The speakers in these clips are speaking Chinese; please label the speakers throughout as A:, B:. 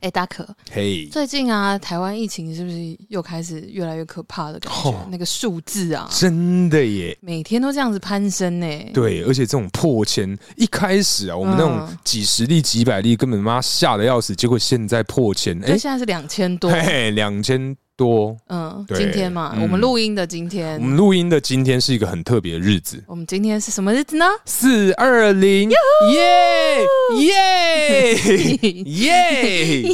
A: 哎、大可，
B: 嘿，
A: 最近啊，台湾疫情是不是又开始越来越可怕的感觉？
B: 哦
A: 那个数字啊，
B: 真的耶。
A: 每天都这样子攀升呢、
B: 对，而且这种破千，一开始啊，我们那种
A: 嗯
B: 几十例、几百例，根本妈吓得要死。结果现在破千，
A: 就
B: 哎、
A: 现在是两千多。
B: 嘿，两千多。
A: 嗯，
B: 对
A: 今天嘛，
B: 嗯
A: 我们录音的今天
B: 我，们录音的今天是一个很特别的日子，
A: 我们今天是什么日子呢？
B: 四二零，耶耶 耶！
A: 耶！嗯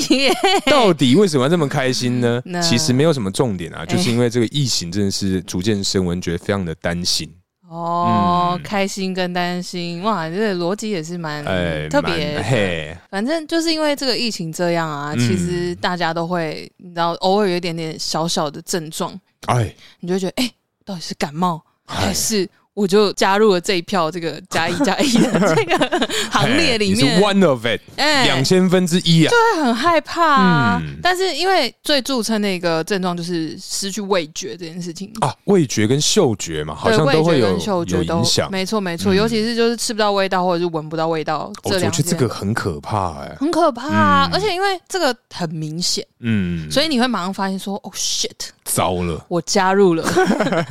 B: 到底为什么要这么开心呢
A: 那？
B: 其实没有什么重点啊，
A: 哎
B: 就是因为这个疫情真的是逐渐升温，觉得非常的担心。
A: 哦，
B: 嗯
A: 开心跟担心，哇，这个逻辑也是蛮
B: 哎，
A: 特
B: 蛮
A: 别的。
B: 嘿，
A: 反正就是因为这个疫情这样啊，
B: 嗯
A: 其实大家都会，你知道，偶尔有一点点小小的症状，
B: 哎，
A: 你就会觉得，哎、到底是感冒还
B: 哎
A: 是？我就加入了这一票这个 加一加一的这个行列里
B: 你
A: 面
B: 是，one of it，
A: 哎
B: 两千分之一啊！
A: 会很害怕啊。
B: 嗯
A: 但是因为最著称的一个症状就是失去味觉这件事情，
B: 啊，味觉跟嗅觉嘛，好
A: 对
B: 像
A: 味
B: 都
A: 觉
B: 会有
A: 跟嗅觉
B: 有
A: 都
B: 影响。
A: 没错没错，
B: 嗯
A: 尤其是就是吃不到味道或者是闻不到味道
B: 哦
A: 这
B: 我
A: 两
B: 觉得
A: 件，
B: 这个很可怕哎，
A: 很可怕啊。
B: 嗯
A: 而且因为这个很明显，
B: 嗯，
A: 所
B: 以
A: 以你会马上发现说，哦 shit，
B: 糟 了，
A: 我加入了，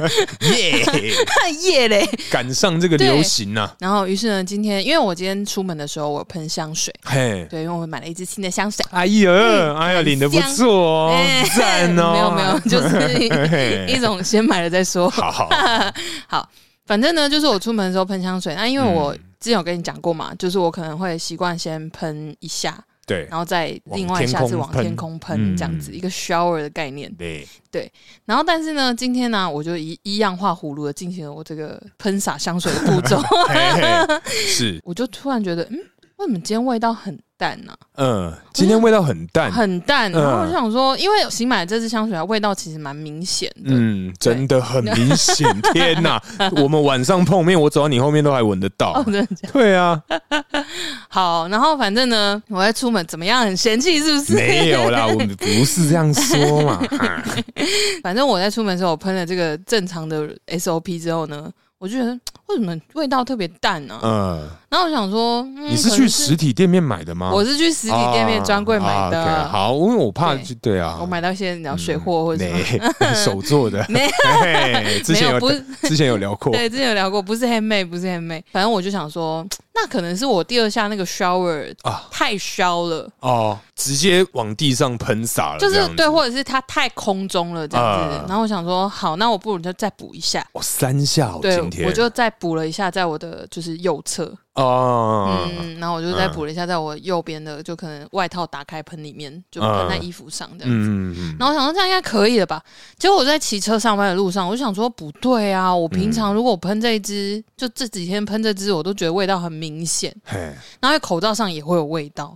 B: 耶，
A: 耶嘞！
B: 赶上这个
A: 对
B: 流行啊呐，
A: 然后于是呢，今天因为我今天出门的时候我有喷香水，
B: 嘿。
A: 对，因为我买了一支新的香水。
B: 哎呀，哎呀，领的不
A: 嗯香
B: 错哦
A: 哎，
B: 赞哦！
A: 没有 没有，就是一
B: 嘿
A: 一种先买了再说。
B: 好好，
A: 反正呢，就是我出门的时候喷香水，那、因为我
B: 嗯
A: 之前有跟你讲过嘛，就是我可能会习惯先喷一下，
B: 对
A: 然后再另
B: 往
A: 外
B: 天
A: 下次
B: 空
A: 往
B: 喷
A: 天空喷
B: 嗯
A: 这样子、一个 shower 的概念。
B: 对，
A: 然后但是呢，今天呢、我就一一样画葫芦的进行了我这个喷洒香水的步 骤，
B: 嘿嘿是，
A: 我就突然觉得，嗯，为什么今天味道很淡呢、
B: 嗯，今天味道很 淡，
A: 很淡。
B: 嗯
A: 然后我就想说，因为新买的这支香水啊，味道其实蛮明显的。
B: 嗯，真的很明显。天哪，我们晚上碰面，我走到你后面都还闻得
A: 哦
B: 到，。
A: 真的假的
B: 对 啊，
A: 好，然后反正呢，我在出门怎么样，很嫌弃是不是？
B: 没有啦，我们不是这样说 嘛。哈
A: 反正我在出门的时候，我喷了这个正常的 SOP 之后呢，我就觉得为什么味道特别淡呢、
B: 嗯，
A: 然后我想说，嗯、
B: 你是
A: 可
B: 去
A: 能
B: 实体店面买的吗？
A: 我是去实体店面专柜买的，
B: 啊啊，OK，好，因为我怕
A: 对
B: 就对啊，
A: 我买到一些你知道
B: 嗯
A: 水货或者什么。
B: 没 手做的，
A: 没
B: 嘿之前
A: 没有不
B: 有
A: 是
B: 之前有聊过，
A: 对，之前有聊过，不是 handmade，不是 handmade，反正我就想说，那可能是我第二下那个 shower
B: 啊
A: 太烧了，
B: 哦，直接往地上喷洒了，
A: 就是
B: 呃这样
A: 对，
B: 子
A: 或者是它太空中了这样子。
B: 啊
A: 然后我想说，好，那我不如就再补一下。
B: 哦，三下哦，
A: 对
B: 今，天
A: 我就再补了一下，在我的就是右侧，
B: 哦，
A: 嗯，然后我就再补了一下，在我右边的，就可能外套打开喷里面，就
B: 嗯
A: 喷在衣服上这样子。
B: 嗯嗯
A: 然后我想说这样应该可以了吧？结果我在骑车上班的路上，我就想说不对啊，我
B: 嗯
A: 平常如果我喷这一支，就这几天喷这支，我都觉得味道很明显，
B: 嘿，
A: 然后口罩上也会有味道，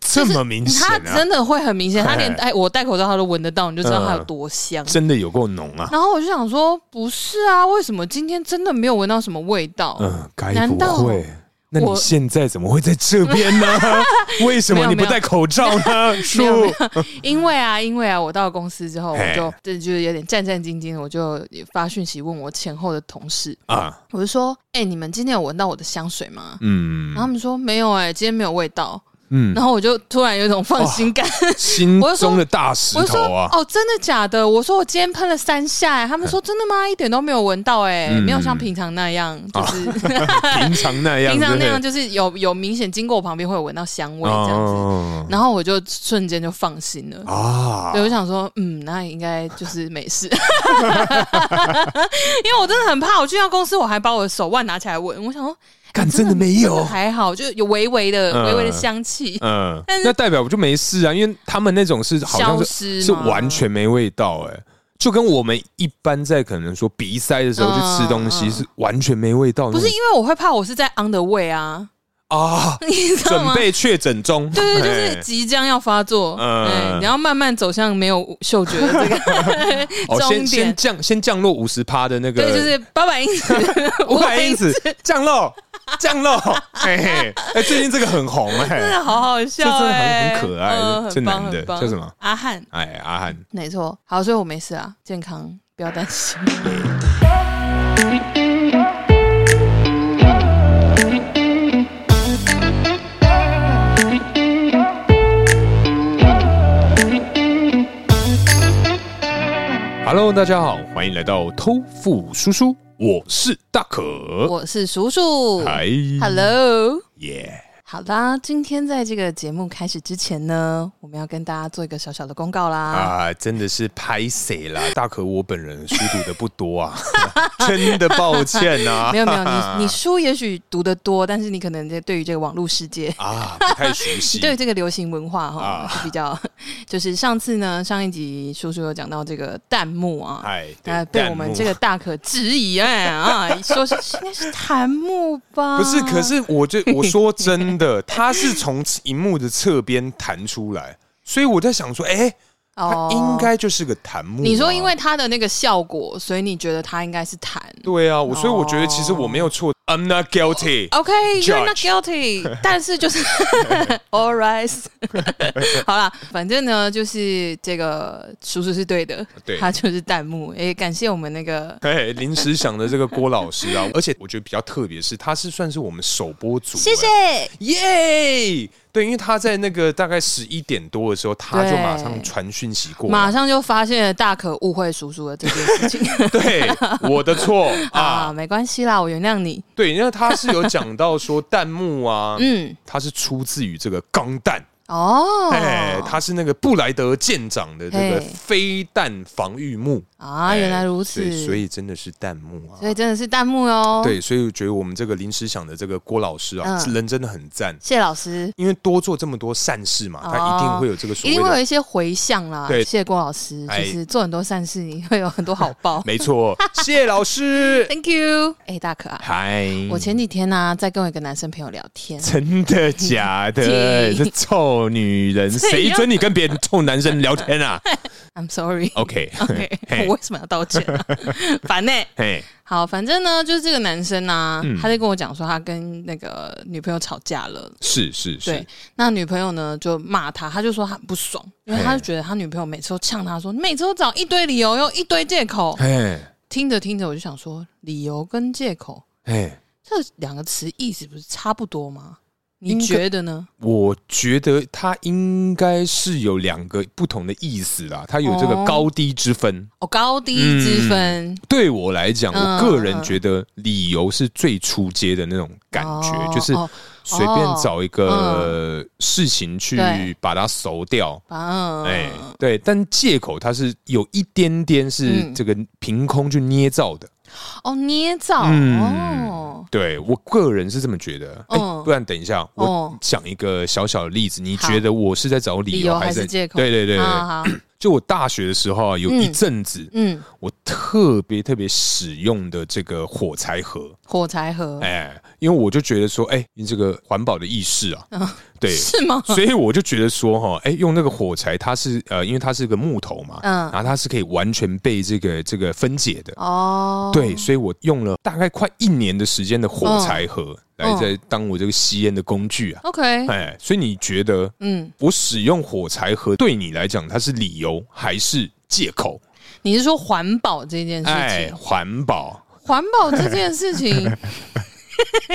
B: 这么明显
A: 它
B: 啊，
A: 真的会很明显，它连
B: 嘿
A: 戴我戴口罩它都闻得到，你就知道它有
B: 嗯
A: 多香。
B: 真的有够浓啊！
A: 然后我就想说，不是啊，为什么今天真的没有闻到什么味道？
B: 嗯，该不
A: 难道
B: 会？那你
A: 我
B: 现在怎么会在这边 呢？为什么你不戴口罩呢？
A: 没有没
B: 叔
A: 有，因为啊，因为啊，我到公司之后，
B: 嘿
A: 我就这就是有点战战兢兢，我就发讯息问我前后的同事，
B: 啊，
A: 我就说：“哎、你们今天有闻到我的香水吗？”
B: 嗯
A: 然后他们说没有哎、今天没有味道。
B: 嗯，
A: 然 后我就突然有一种放心感，
B: 心
A: 我就说
B: 中的大石
A: 我就
B: 头
A: 说
B: 啊，
A: 哦，真的假的？我说我今天喷了三下、哎他们说真的吗？一点都没有闻到哎、
B: 嗯
A: 没有像平常那样，就是、
B: 平常那样，
A: 平常那样，就
B: 对
A: 是有有明显经过我旁边会有闻到香
B: 不
A: 味
B: 对
A: 这样子。
B: 哦
A: 然后我就瞬间就放心了。
B: 啊
A: 对，我想说，嗯，那应该就是没事， 因为我真的很怕，我去到公司，我还把我的手腕拿起来闻，我想说，
B: 干
A: 真
B: 真
A: 的
B: 的没
A: 这
B: 有，
A: 还好，就有微微的、
B: 嗯
A: 微微的香气
B: 嗯
A: 但是，
B: 那代表不就没事啊？因为他们那种是好像
A: 消
B: 是
A: 失
B: 是
A: 吗
B: 完全没味道哎、就跟我们一般在可能说鼻塞的时候去吃东
A: 嗯
B: 西
A: 嗯
B: 是完全没味道那
A: 不是
B: 种，
A: 因为我会怕我是在 on the way 啊，
B: 啊，
A: 你知道
B: 准
A: 吗？
B: 备确诊中，哎
A: 对对，对就
B: 嘿
A: 是即将要发作，
B: 嗯
A: 嗯，你要慢慢走向没有嗅觉的 这个
B: 哦，
A: 终
B: 先先
A: 点，
B: 降先降落五十趴的那个，
A: 对，就是八百英尺，
B: 五百英尺降落降落， 嘿嘿，哎，最近这个很红
A: 真
B: 哎，
A: 的好好
B: 这
A: 笑、
B: 真的
A: 欸，
B: 很很可
A: 嗯
B: 爱，
A: 很
B: 这
A: 棒
B: 男的
A: 很棒
B: 叫什么？
A: 阿汉，
B: 哎，阿汉，
A: 没错，好，所以我没事啊，健康，不要担 心。
B: Hello，大家好，欢迎来到偷富叔叔，我是大可，
A: 我是叔叔。
B: 嗨
A: Hello，
B: 耶，
A: 好啦，今天在这个节目开始之前呢，我们要跟大家做一个小小的公告啦。
B: 啊，真的是拍谁啦？大可，我本人书读的不 多啊，真的抱歉啊，
A: 没有没有， 你你书也许读得多，但是你可能在对于这个网络世界，
B: 啊，不太熟悉，
A: 对于这个流行文化哈、
B: 啊
A: 是比较，就是上次呢，上一集叔叔有讲到这个弹幕啊，
B: 哎，
A: 那
B: 对，
A: 被
B: 弹
A: 我们
B: 幕
A: 这个大可质疑哎 啊，说是应该是弹幕吧？
B: 不是，可是我就我 说真的，它是从荧幕的侧边弹出来，所以我在想说，哎、
A: 哦
B: 它应。该就是个弹幕啊、
A: 你说因为它的那个效果，所以你觉得它应该是弹
B: 对啊，我所以我觉得其实我
A: 哦
B: 没有错、i m not guilty。
A: ？OK，you're、not
B: Judge
A: guilty，但是就是 all right，好啦，反正呢就是这个叔叔是对的，
B: 对
A: 他就是弹幕。也、感谢我们那个
B: 哎，临时想的这个郭老师啊，而且我觉得比较特别是，他是算是我们首播组、
A: 谢谢
B: 哎，耶对，因为他在那个大概十一点多的时候，他就
A: 对
B: 马上传讯息过来
A: 马，上就发现了大可误会叔叔的这件事 情
B: 对，我的错
A: 啊，
B: 啊，
A: 没关系啦，我原谅你。
B: 对，因为他是有讲到说弹幕啊，
A: 嗯，
B: 它是出自于这个钢弹，
A: 哦，
B: 哎、它是那个布莱德舰长的这个
A: 嘿
B: 飞弹防御幕
A: 啊，原来如此，
B: 哎对所以真的是弹幕啊
A: 所。以真的是弹幕哦。，
B: 对，所以我觉得我们这个临时想的这个郭老师啊，
A: 嗯
B: 人真的很赞，
A: 谢老师，
B: 因为多做这么多善事嘛，
A: 哦
B: 他一定会有这个所
A: 一
B: 谓
A: 定会有
B: 的，
A: 一些回响啦。
B: 对
A: 谢谢郭老师，就
B: 哎。
A: 是做很多善事，你会有很多好报
B: 没错，谢老师，
A: Thank you，哎、大可啊，
B: 嗨，
A: 我前几天呢、啊在跟我一个男生朋友聊天，啊
B: 真的假的？
A: 请
B: 这臭女人，
A: 怎样
B: 谁准你跟别人臭男生聊天啊
A: I'm sorry。
B: ？OK，
A: OK，
B: 嘿
A: 我为什么要道歉、 啊？烦呢、
B: 嘿，
A: 好，反正呢，就是这个男生呢、
B: 嗯
A: 他就跟我讲说，他跟那个女朋友吵架了。
B: 是是是
A: 对，，那女朋友呢就骂他，他就说他很不爽，因为他就觉得他女朋友每次都呛他说，你每次都找一堆理由，又一堆借口。
B: 嘿，
A: 听着听着，我就想说，理由跟借口
B: 嘿。
A: 这两个词意思不是差不多吗？
B: 应
A: 你
B: 该
A: 觉得呢？
B: 我觉得它应该是有两个不同的意思啦，它有这个
A: 哦
B: 高低之分。
A: 哦，高低之分，
B: 对我来讲，
A: 嗯
B: 我个人觉得理由是最出街的那种感觉，
A: 哦
B: 就是
A: 哦嗯
B: 随便找一个事情
A: 对
B: 去把它熟掉。
A: 啊，
B: 哎、对，但借口它是有一点点是
A: 嗯
B: 这个凭空去捏造的。
A: 哦，捏造，
B: 嗯
A: 哦，
B: 对我个人是这么觉得。哎、
A: 嗯
B: 不然等一下，
A: 哦
B: 我讲一个小小的例子，你
A: 好
B: 觉得我是在找
A: 理
B: 理
A: 由
B: 由
A: 还
B: 是
A: 是借口？
B: 对对对对，
A: 啊，好
B: 就我大学的时候啊，有
A: 嗯
B: 一阵子、
A: 嗯，
B: 我特别特别使用的这个火柴盒，
A: 火柴盒
B: 哎、因为我就觉得说，哎、你这个环保的意识啊，
A: 哦
B: 对，
A: 是吗？
B: 所以我就觉得说，哈，哎，用那个火柴，它是呃，因为它是个木头嘛，
A: 嗯
B: 然后它是可以完全被这个这个分解的。
A: 哦，
B: 对，所以我用了大概快一年的时间的火柴盒来
A: 嗯
B: 在当我这个吸烟的工具啊，
A: ，OK，
B: 哎、所以你觉得
A: 嗯，
B: 我使用火柴盒对你来讲，它是理由还是借口？
A: 你是说环保这件事
B: 哎，
A: 情？
B: 环 保，
A: 环保这件事 情，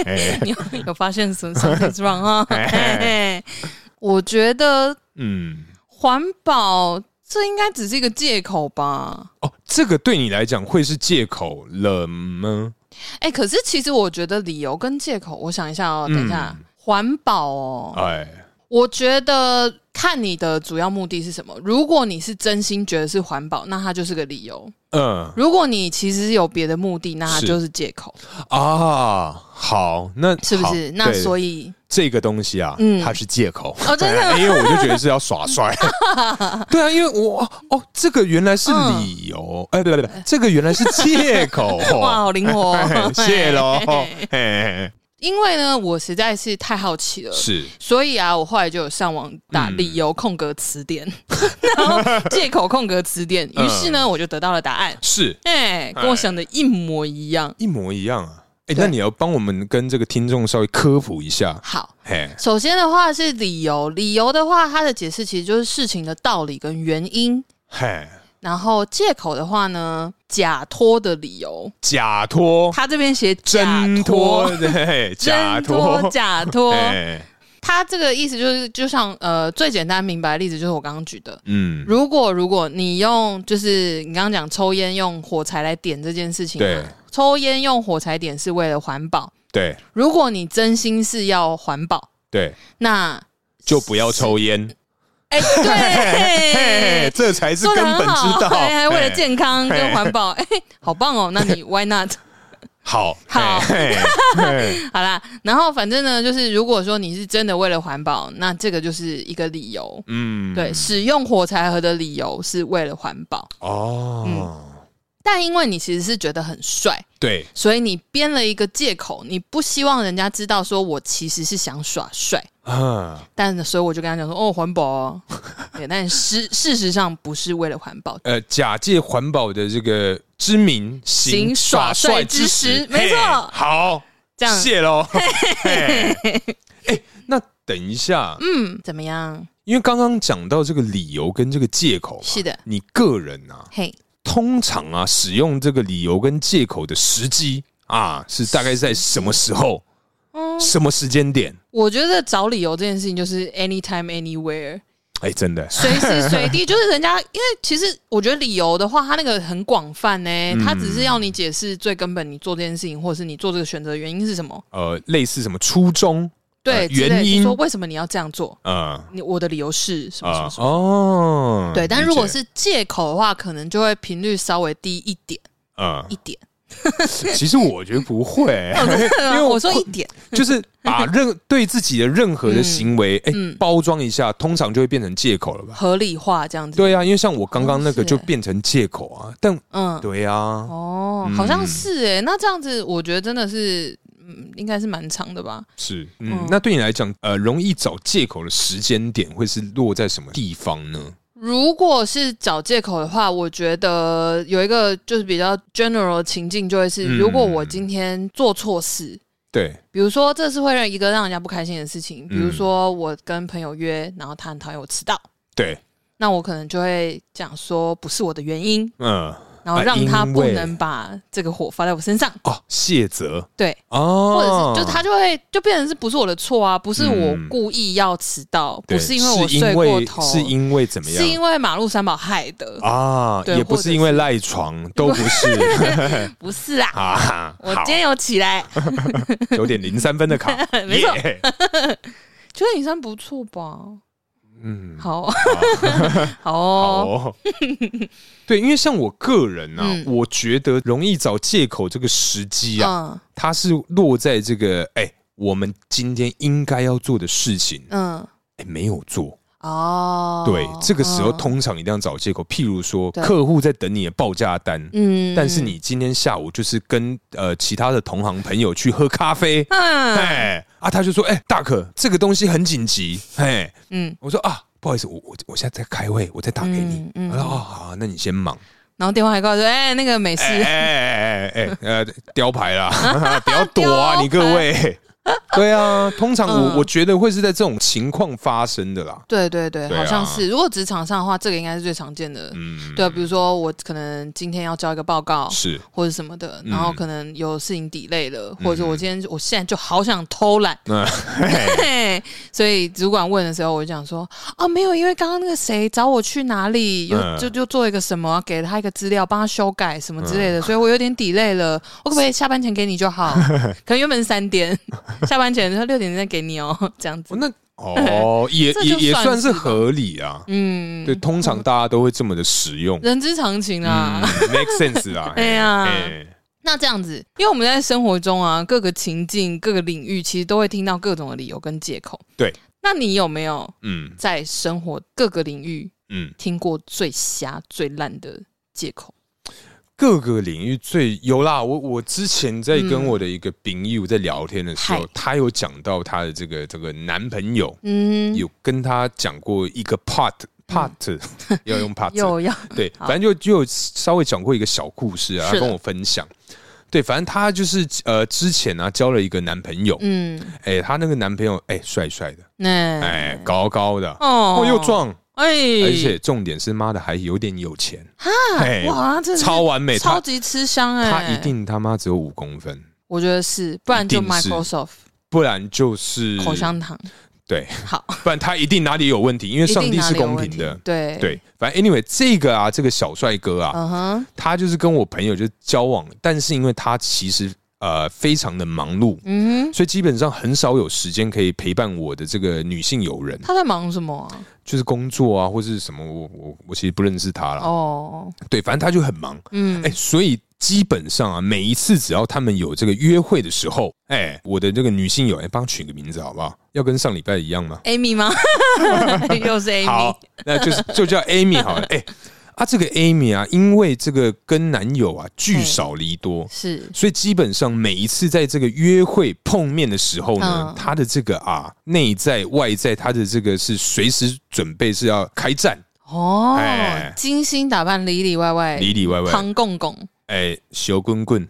B: 哎，
A: 你有有发现什么 something's wrong 啊？
B: 哎
A: 嘿嘿我觉得
B: 嗯，
A: 环保这应该只是一个借口吧？
B: 哦，这个对你来讲会是借口了吗？
A: 哎、可是其实我觉得理由跟借口，我想一下哦，
B: 嗯
A: 等一下，环保哦，
B: 哎，
A: 我觉得看你的主要目的是什么。如果你是真心觉得是环保，那它就是个理由；
B: 嗯
A: 如果你其实是有别的目的，那它
B: 是
A: 就是借口，
B: 啊，好，那
A: 是不是？那所
B: 以
A: 以
B: 这个东西啊，
A: 嗯
B: 它是借口。
A: 哦，真的
B: 因为我就觉得是要耍 帅，对啊，因为我哦，这个原来是
A: 嗯
B: 理由，哎、对不对不对，这个原来是借口，
A: 哇， 好灵活、
B: 哎
A: 哦，
B: 谢喽
A: 嘿嘿，
B: 嘿嘿嘿
A: 因为呢，我实在是太好奇了，
B: 是
A: 所以啊，我后来就有上网打
B: 嗯
A: 理由空格词典， 然后借口空格词典，于是
B: 嗯
A: 呢，我就得到了答案。
B: 是，
A: 哎、跟我想的一模一样。
B: 一模一样啊。哎、
A: 对
B: 那你要帮我们跟这个听众稍微科普一下，
A: 好，
B: 嘿，
A: 首先的话是理由，理由的话，它的解释其实就是事情的道理跟原因。
B: 嘿，
A: 然后借口的话呢，假托的理由，
B: 假托、
A: 他这边写假
B: 挣脱，嘿，
A: 假
B: 假托，
A: 假托，
B: 哎，
A: 他这个意思就是，就像呃最简单明白的例子，就是我刚刚举的。
B: 嗯，
A: 如果如果你用就是你刚刚讲抽烟用火柴来点这件事情、
B: 对
A: 啊，抽烟用火柴点是为了环保。
B: 对
A: 如果你真心是要环保，
B: 对，
A: 那
B: 就不要抽烟，
A: 哎、
B: 嘿嘿
A: 对，
B: 这才是
A: 哎说
B: 根
A: 的
B: 本
A: 很好，
B: 之道。
A: 哎哎为了
B: 嘿
A: 健康跟环保，哎、好棒哦！那你 why not？
B: 好
A: 好
B: 嘿嘿嘿
A: 好啦，然后反正呢，就是如果说你是真的为了环保，那这个就是一个理由。
B: 嗯，
A: 对，使用火柴盒的理由是为了环保，嗯
B: 哦，
A: 但因为你其实是觉得很帅，
B: 对
A: 所以你编了一个借口，你不希望人家知道说我其实是想耍帅。
B: 啊，
A: 但所以我就跟他讲说，哦，环保、哦， 对，但事事实上不是为了环保，
B: 呃，假借环保的这个之名，
A: 行耍帅之实没错
B: 嘿好，
A: 这样
B: 谢喽。嘿哎，那等一下，
A: 嗯，怎么样？
B: 因为刚刚讲到这个理由跟这个借口嘛，
A: 是的
B: 你个人啊，
A: 嘿，
B: 通常啊，使用这个理由跟借口的时机啊，是大概在什么时候、
A: 嗯，
B: 什么时间点？
A: 我觉得找理由这件事情就是 anytime anywhere，
B: 哎、真的，
A: 随时随地，就是人家，因为其实我觉得理由的话，它那个很广泛呢、
B: 嗯
A: 它只是要你解释最根本你做这件事情，或者是你做这个选择的原因是什么，
B: 呃，类似什么初衷，
A: 对，
B: 呃
A: 之类
B: 原因
A: 就说为什么你要这样做，
B: 呃
A: 你我的理由是什么什
B: 啊
A: 么什么，
B: 哦，
A: 对。但
B: 理
A: 如果
B: 解
A: 是借口的话，可能就会频率稍微低一点
B: 呃
A: 一， 点，嗯
B: 其实我觉得 不会，因为
A: 我说一点，
B: 就是把任对自己的任何的行为，哎、
A: 嗯
B: 包装一下，通常就会变成借口了吧？
A: 合理化这样子，
B: 对啊，因为像我刚刚那个
A: 好像是
B: 就
A: 哎
B: 变成借口啊，但
A: 嗯，
B: 对啊，
A: 哦，
B: 嗯
A: 好像是哎、那这样子，我觉得真的是，嗯，应该是蛮长的吧。
B: 是，嗯
A: 嗯，
B: 那对你来讲，呃，容易找借口的时间点会是落在什么地方呢？
A: 如果是找借口的话，我觉得有一个就是比较 general 的情境，就会是
B: 嗯
A: 如果我今天做错事，
B: 对，
A: 比如说这是会让一个让人家不开心的事情，比如
B: 嗯
A: 说我跟朋友约，然后他很讨厌我迟到，
B: 对，
A: 那我可能就会讲说不是我的原因，
B: 嗯，
A: 然后
B: 啊
A: 让他
B: 因
A: 不
B: 为
A: 能把这个火发在我身上，
B: 哦，谢责，
A: 对，
B: 哦，
A: 或者是就他就会就变成是不是我的错啊，不是我
B: 嗯
A: 故意要迟到，
B: 对，
A: 不是因为我睡过头，
B: 是因为怎么样？
A: 是因为马路三宝害的，
B: 啊，
A: 对
B: 也不
A: 或者
B: 是因为赖床，都不是
A: 不是啊。
B: 啊。
A: 我
B: 好
A: 今，天有起 来，
B: 九点零三分的卡，
A: 没错
B: 耶，
A: 觉得你算不错吧？
B: 嗯，
A: 好， 好
B: 好
A: 哦，
B: 哦。对，因为像我个人呢、啊，
A: 嗯
B: 我觉得容易找借口这个时机啊，它是落在这个哎、我们今天应该要做的事情，
A: 嗯嗯，
B: 哎、没有做。
A: 哦，
B: 对，这个时候
A: 嗯，
B: 通常一定要找借口，譬如说
A: 对
B: 客户在等你的报价单，
A: 嗯
B: 但是，你今天下午就是跟呃其他的同行朋友去喝咖啡，
A: 嗯
B: 哎、啊，他就说，哎、大可，这个东西很紧急，哎，
A: 嗯，
B: 我说啊，不好意思，我我我现在在开会，我再打给你。
A: 嗯嗯
B: 我说哦，好啊，那你先忙。
A: 然后电话还告诉，哎，那个美式
B: 哎，哎哎哎哎，呃，雕牌啦， 不要躲啊，
A: 雕牌
B: 你各位。 对啊，通常我、
A: 嗯
B: 我觉得会是在这种情况发生的啦。
A: 对对对，
B: 对啊
A: 好像是。如果职场上的话，这个应该是最常见的。
B: 嗯，
A: 对啊，比如说我可能今天要交一个报告，
B: 是，
A: 或者什么的，
B: 嗯
A: 然后可能有事情 delay 了，或者是我今天我现在就好想偷懒，
B: 嗯，
A: 嘿所以主管问的时候，我就讲说啊，没有，因为刚刚那个谁找我去哪里，又、
B: 嗯
A: 就就做一个什么，给了他一个资料，帮他修改什么之类的，
B: 嗯
A: 所以我有点 delay 了，我可不可以下班前给你就 好？可能原本是三点，下班前他六点再给你哦，这样子
B: 哦。那哦，也
A: 这就
B: 也也
A: 算
B: 算是
A: 是吧
B: 合理啊。
A: 嗯，
B: 对，通常大家都会这么的使用。
A: 人之常情啊。
B: 嗯，make sense 啦。
A: 哎呀
B: 哎
A: 那这样子，因为我们在生活中啊，各个情境、各个领域，其实都会听到各种的理由跟借口。
B: 对，
A: 那你有没有
B: 嗯
A: 在生活各个领域
B: 嗯，
A: 听过最瞎、最烂的借口？
B: 各个领域最有啦。我我之前在跟
A: 嗯
B: 我的一个朋友在聊天的时候
A: 嗨，
B: 她有讲到她的这个这个男朋友，
A: 嗯，
B: 有跟他讲过一个 part part，、要用 part，
A: 又要
B: 对，
A: 好
B: 反正就就有稍微讲过一个小故事啊，
A: 是
B: 他
A: 的
B: 跟我分享。对，反正她就是呃，之前啊交了一个男朋友，
A: 嗯，
B: 哎、她那个男朋友哎帅帅的，
A: 那
B: 哎、高高的，
A: 哦
B: 哦又，壮，
A: 哎，
B: 而且重点是妈的还有点有钱，哎
A: 哇，这是
B: 超完美，
A: 超
B: 他
A: 级吃香哎，
B: 他一，定他妈只有五公分，
A: 我觉得是，不然就
B: 一定是
A: Microsoft
B: 不然就是
A: 口香糖，
B: 对，
A: 好，
B: 不然他一定哪里有问题，因为上帝是公平的。
A: 对
B: 对，反正 anyway，这个啊，这个小帅哥啊，
A: 嗯哼，
B: 他就是跟我朋友就交往，但是因为他其实呃非常的忙碌，
A: 嗯哼，
B: 所以基本上很少有时间可以陪伴我的这个女性友人，
A: 他在忙什么啊？
B: 就是工作啊或是什么，我我我其实不认识他了。
A: 哦，
B: 对，反正他就很忙，
A: 嗯
B: 哎、，所以基本上啊，每一次只要他们有这个约会的时候，哎、我的这个女性友人，帮、他取个名字好不好？要跟上礼拜一样吗？
A: Amy 吗？又是 Amy，
B: 哎好，那就是就叫 Amy 好了。哎、啊，这个 Amy 啊，因为这个跟男友啊聚少离多，
A: 是
B: 所以基本上每一次在这个约会碰面的时候呢
A: 嗯，
B: 她的这个啊内在外在，她的这个是随时准备是要开战，
A: 哦
B: 哎，
A: 精心打扮，里里外外，
B: 里里外外，
A: 唐公 公，
B: 哎，小滚滚，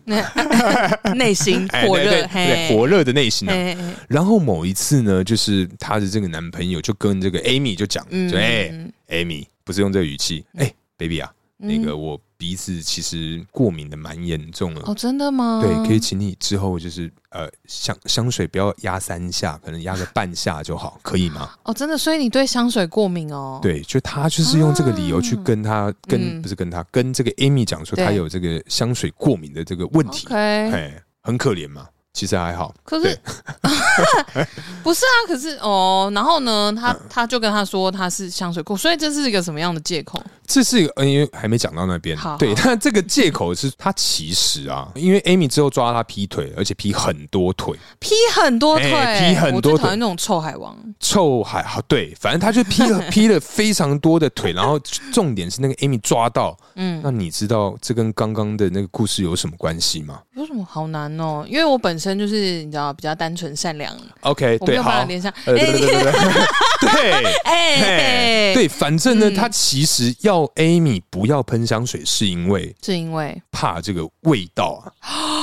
A: 内心
B: 哎，
A: 火
B: 对
A: 热，
B: 对对，火热的内心啊。
A: 嘿，嘿
B: 然后某一次呢，就是她的这个男朋友就跟这个 Amy 就讲，
A: 嗯
B: 就哎、Amy 不是用这个语气，哎、baby 啊，那个
A: 嗯
B: 我鼻子其实过敏的蛮严重的，
A: 哦，真的吗？
B: 对，可以请你之后就是呃香香水不要压三下，可能压个半下就好，可以吗？
A: 哦，真的，所以你对香水过敏哦？，
B: 对，就她就是用这个理由去跟她、跟
A: 嗯
B: 不是跟她跟这个 Amy 讲说
A: 对
B: 她有这个香水过敏的这个问题，哎、
A: OK，
B: 很可怜嘛，其实还好，
A: 可是 不是啊？可是哦，然后呢，他
B: 嗯
A: 他就跟他说他是香水过，所以这是一个什么样的借口？
B: 这是一个，呃因为还没讲到那边
A: 好。
B: 对，
A: 好
B: 但这个借口是他其实啊，因为 Amy 之后抓他劈腿，而且劈很多腿，
A: 劈很多腿，
B: 哎劈很
A: 我最
B: 多腿
A: 讨厌那种臭海王。
B: 臭还好对，反正他就劈了 劈了非常多的腿，然后 重点是那个 Amy 抓到。
A: 嗯，
B: 那你知道这跟刚刚的那个故事有什么关系吗
A: 有什么好难哦？因为我本身就是你知道比较单纯善良，
B: ？OK，
A: 我没
B: 对，
A: 有办法
B: 好，
A: 联想。
B: 呃，对对对对对 对。
A: 哎
B: 嘿，对，反正
A: 嗯
B: 呢，他其实要 Amy 不要喷香水，是因为
A: 是因为
B: 怕这个味道啊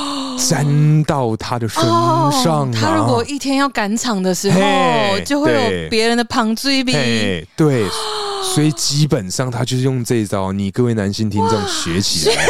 B: 沾到他的身上啊。
A: 哦他如果一天要赶场的时候
B: 嘿，
A: 就会
B: 对
A: 有别人的旁追比。
B: 嘿对，所以基本上他就是用这一招，你各位男性听众学起来，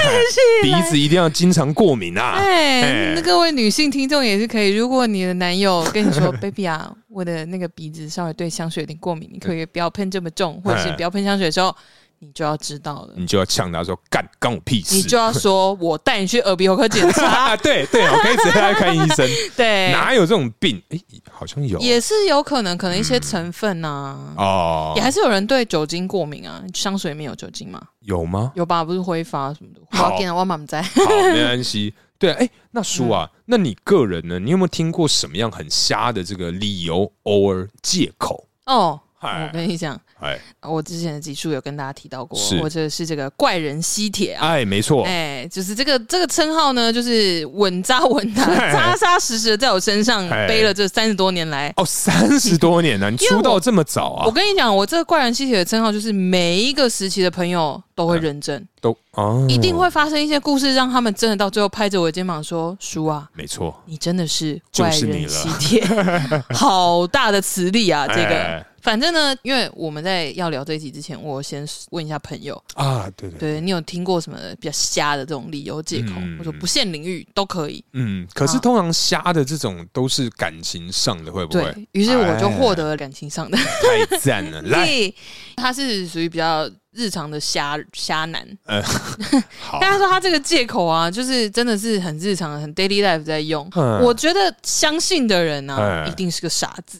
B: 鼻子一定要经常过敏啊。
A: 哎
B: 哎，
A: 那各位女性听众也是可以。如果你的男友跟你 说 “baby 啊，我的那个鼻子稍微对香水有点过敏，你可不可以不要喷这么重，或者是
B: 哎
A: 不要喷香水的时候，你就要知道了，
B: 你就要呛他说干干我屁事，
A: 你就要说我带你去耳鼻喉科检查。
B: 啊， 对对，我可以直接带他看医 生，
A: 对，
B: 哪有这种病？哎，好像有
A: 也是有可能，可能一些成分啊呐、
B: 哦
A: 也，还是有人对酒精过敏啊。香水里面有酒精吗？
B: 有 吗？
A: 有吧，不是挥发什么的。
B: 好
A: 我要给啊我妈妈在。
B: 好，没关系。对啊，哎，那叔啊，
A: 嗯
B: 那你个人呢？你有没有听过什么样很瞎的这个理由、偶尔借口？
A: 哦，
B: 嗨
A: 我跟你讲，
B: 哎
A: 我之前的集数有跟大家提到过
B: 是，
A: 我这是这个怪人吸铁啊。
B: 哎，没错，
A: 哎、就是这个这个称号呢，就是稳扎稳打、
B: 哎
A: 扎扎实实的在我身上
B: 哎
A: 背了这三十多年来。
B: 哦，三十多年了，你
A: 因为
B: 出
A: 我
B: 道这么早啊
A: 我？跟你讲，我这个怪人吸铁的称号，就是每一个时期的朋友都会认真，
B: 都哦，
A: 一定会发生一些故事，让他们真的到最后拍着我的肩膀说：“叔啊，
B: 没错，
A: 你真的是
B: 就
A: 怪
B: 是
A: 人
B: 你了
A: 吸铁， 好大的磁力啊！这个，
B: 哎
A: 反正呢，因为我们在要聊这一集之前，我先问一下朋友，
B: 啊，对对，
A: 对你有听过什么比较瞎的这种理由借口？
B: 嗯
A: 我说不限领域都可以。
B: 嗯，可是
A: 啊
B: 通常瞎的这种都是感情上的，会不会？
A: 对于是，我就获得了感情上的
B: 太赞 了，哎来，
A: 力。他是属于比较日常的瞎瞎男，
B: 哦好，
A: 但他说他这个借口啊，就是真的是很日常、很 daily life 在用。
B: 嗯
A: 我觉得相信的人啊，
B: 哎
A: 一定是个傻子。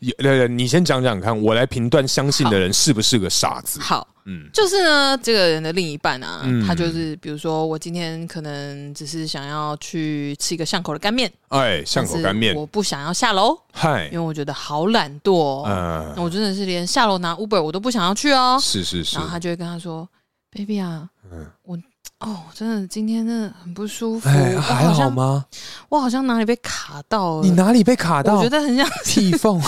B: 有对对，你先讲讲看，我来评断相信的人是不是个傻子。
A: 好，
B: 嗯，
A: 就是呢，这个人的另一半啊，
B: 嗯
A: 他就是比如说，我今天可能只是想要去吃一个巷口的干面，
B: 哎，巷口干
A: 但
B: 面
A: 是，我不想要下楼，
B: 嗨
A: 因，为我觉得好懒惰、哦。
B: 嗯，
A: 那我真的是连下楼拿 Uber 我都不想要去哦。
B: 是是是
A: 然，后他就会跟他说：“baby 啊，
B: 嗯
A: 我哦，真的今天真的很不舒服，
B: 哎，
A: 我
B: 还
A: 好
B: 好
A: 像
B: 吗？
A: 我好像哪里被卡到了，
B: 你哪里被卡
A: 我
B: 到
A: 觉？得很像
B: 屁缝，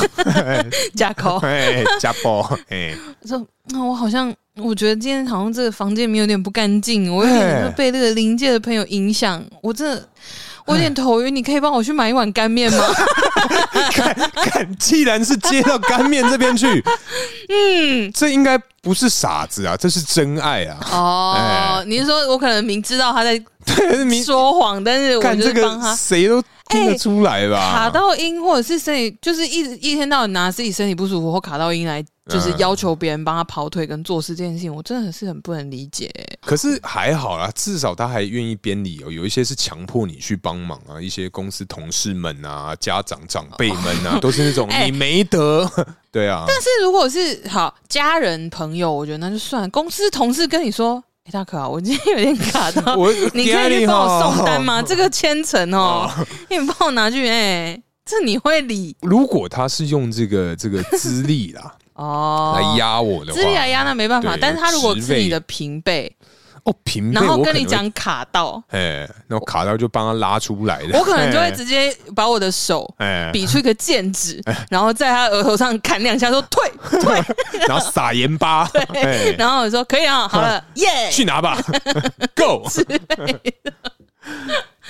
A: 架口。
B: 哎，家暴，哎，
A: 说，那啊我好像，我觉得今天好像这个房间里面有点不干净，我有
B: 哎
A: 点被这个临界的朋友影响，我真的我
B: 哎
A: 有点头晕，你可以帮我去买一碗干面吗？
B: 看看，既然是接到干面这边 去，嗯，这应该 不是傻子啊，这是真爱啊。
A: 哦
B: 哎，
A: 你是说我可能明知道他在
B: 对，明
A: 说谎，但是我
B: 干
A: 就
B: 这
A: 是帮
B: 个
A: 他哎
B: 谁都听得出来吧？
A: 卡到音，或者是身体就是一直一天到晚拿自己身体不舒服或卡到音来，就是
B: 嗯
A: 要求别人帮他跑腿跟做事这件事情，我真的是很不能理解。欸
B: 可是还好啦，至少他还愿意编理哦由。有一些是强迫你去帮忙啊，一些公司同事们啊、家长长辈们啊，都是那种
A: 哎
B: 你没得。 对啊，
A: 但是如果是好家人朋友，我觉得那就算了。公司同事跟你说。哎、大可啊，我今天有点卡到，
B: 我
A: 你可以去帮我送单？ 吗？
B: 哦
A: 这个千层哦，你帮我拿去，哎、这你会理
B: 如果他是用这个这个资历啦
A: 哦？
B: 来压我的话
A: 资，历来压那没办法，
B: 对
A: 但是他如果
B: 职
A: 是
B: 位
A: 你的平辈，
B: 哦，平辈
A: 然后
B: 我可
A: 跟
B: 能
A: 你
B: 会，
A: 讲卡到，
B: 哎，那我卡到就帮他拉出来的，
A: 我可能就会直接把我的 手
B: 哎，
A: 比出一个剑 指，然后在他额头上砍两下，说退退，
B: 然后撒 盐巴，哎，
A: 然后我说可以啊，好了，耶！
B: 去拿吧，Go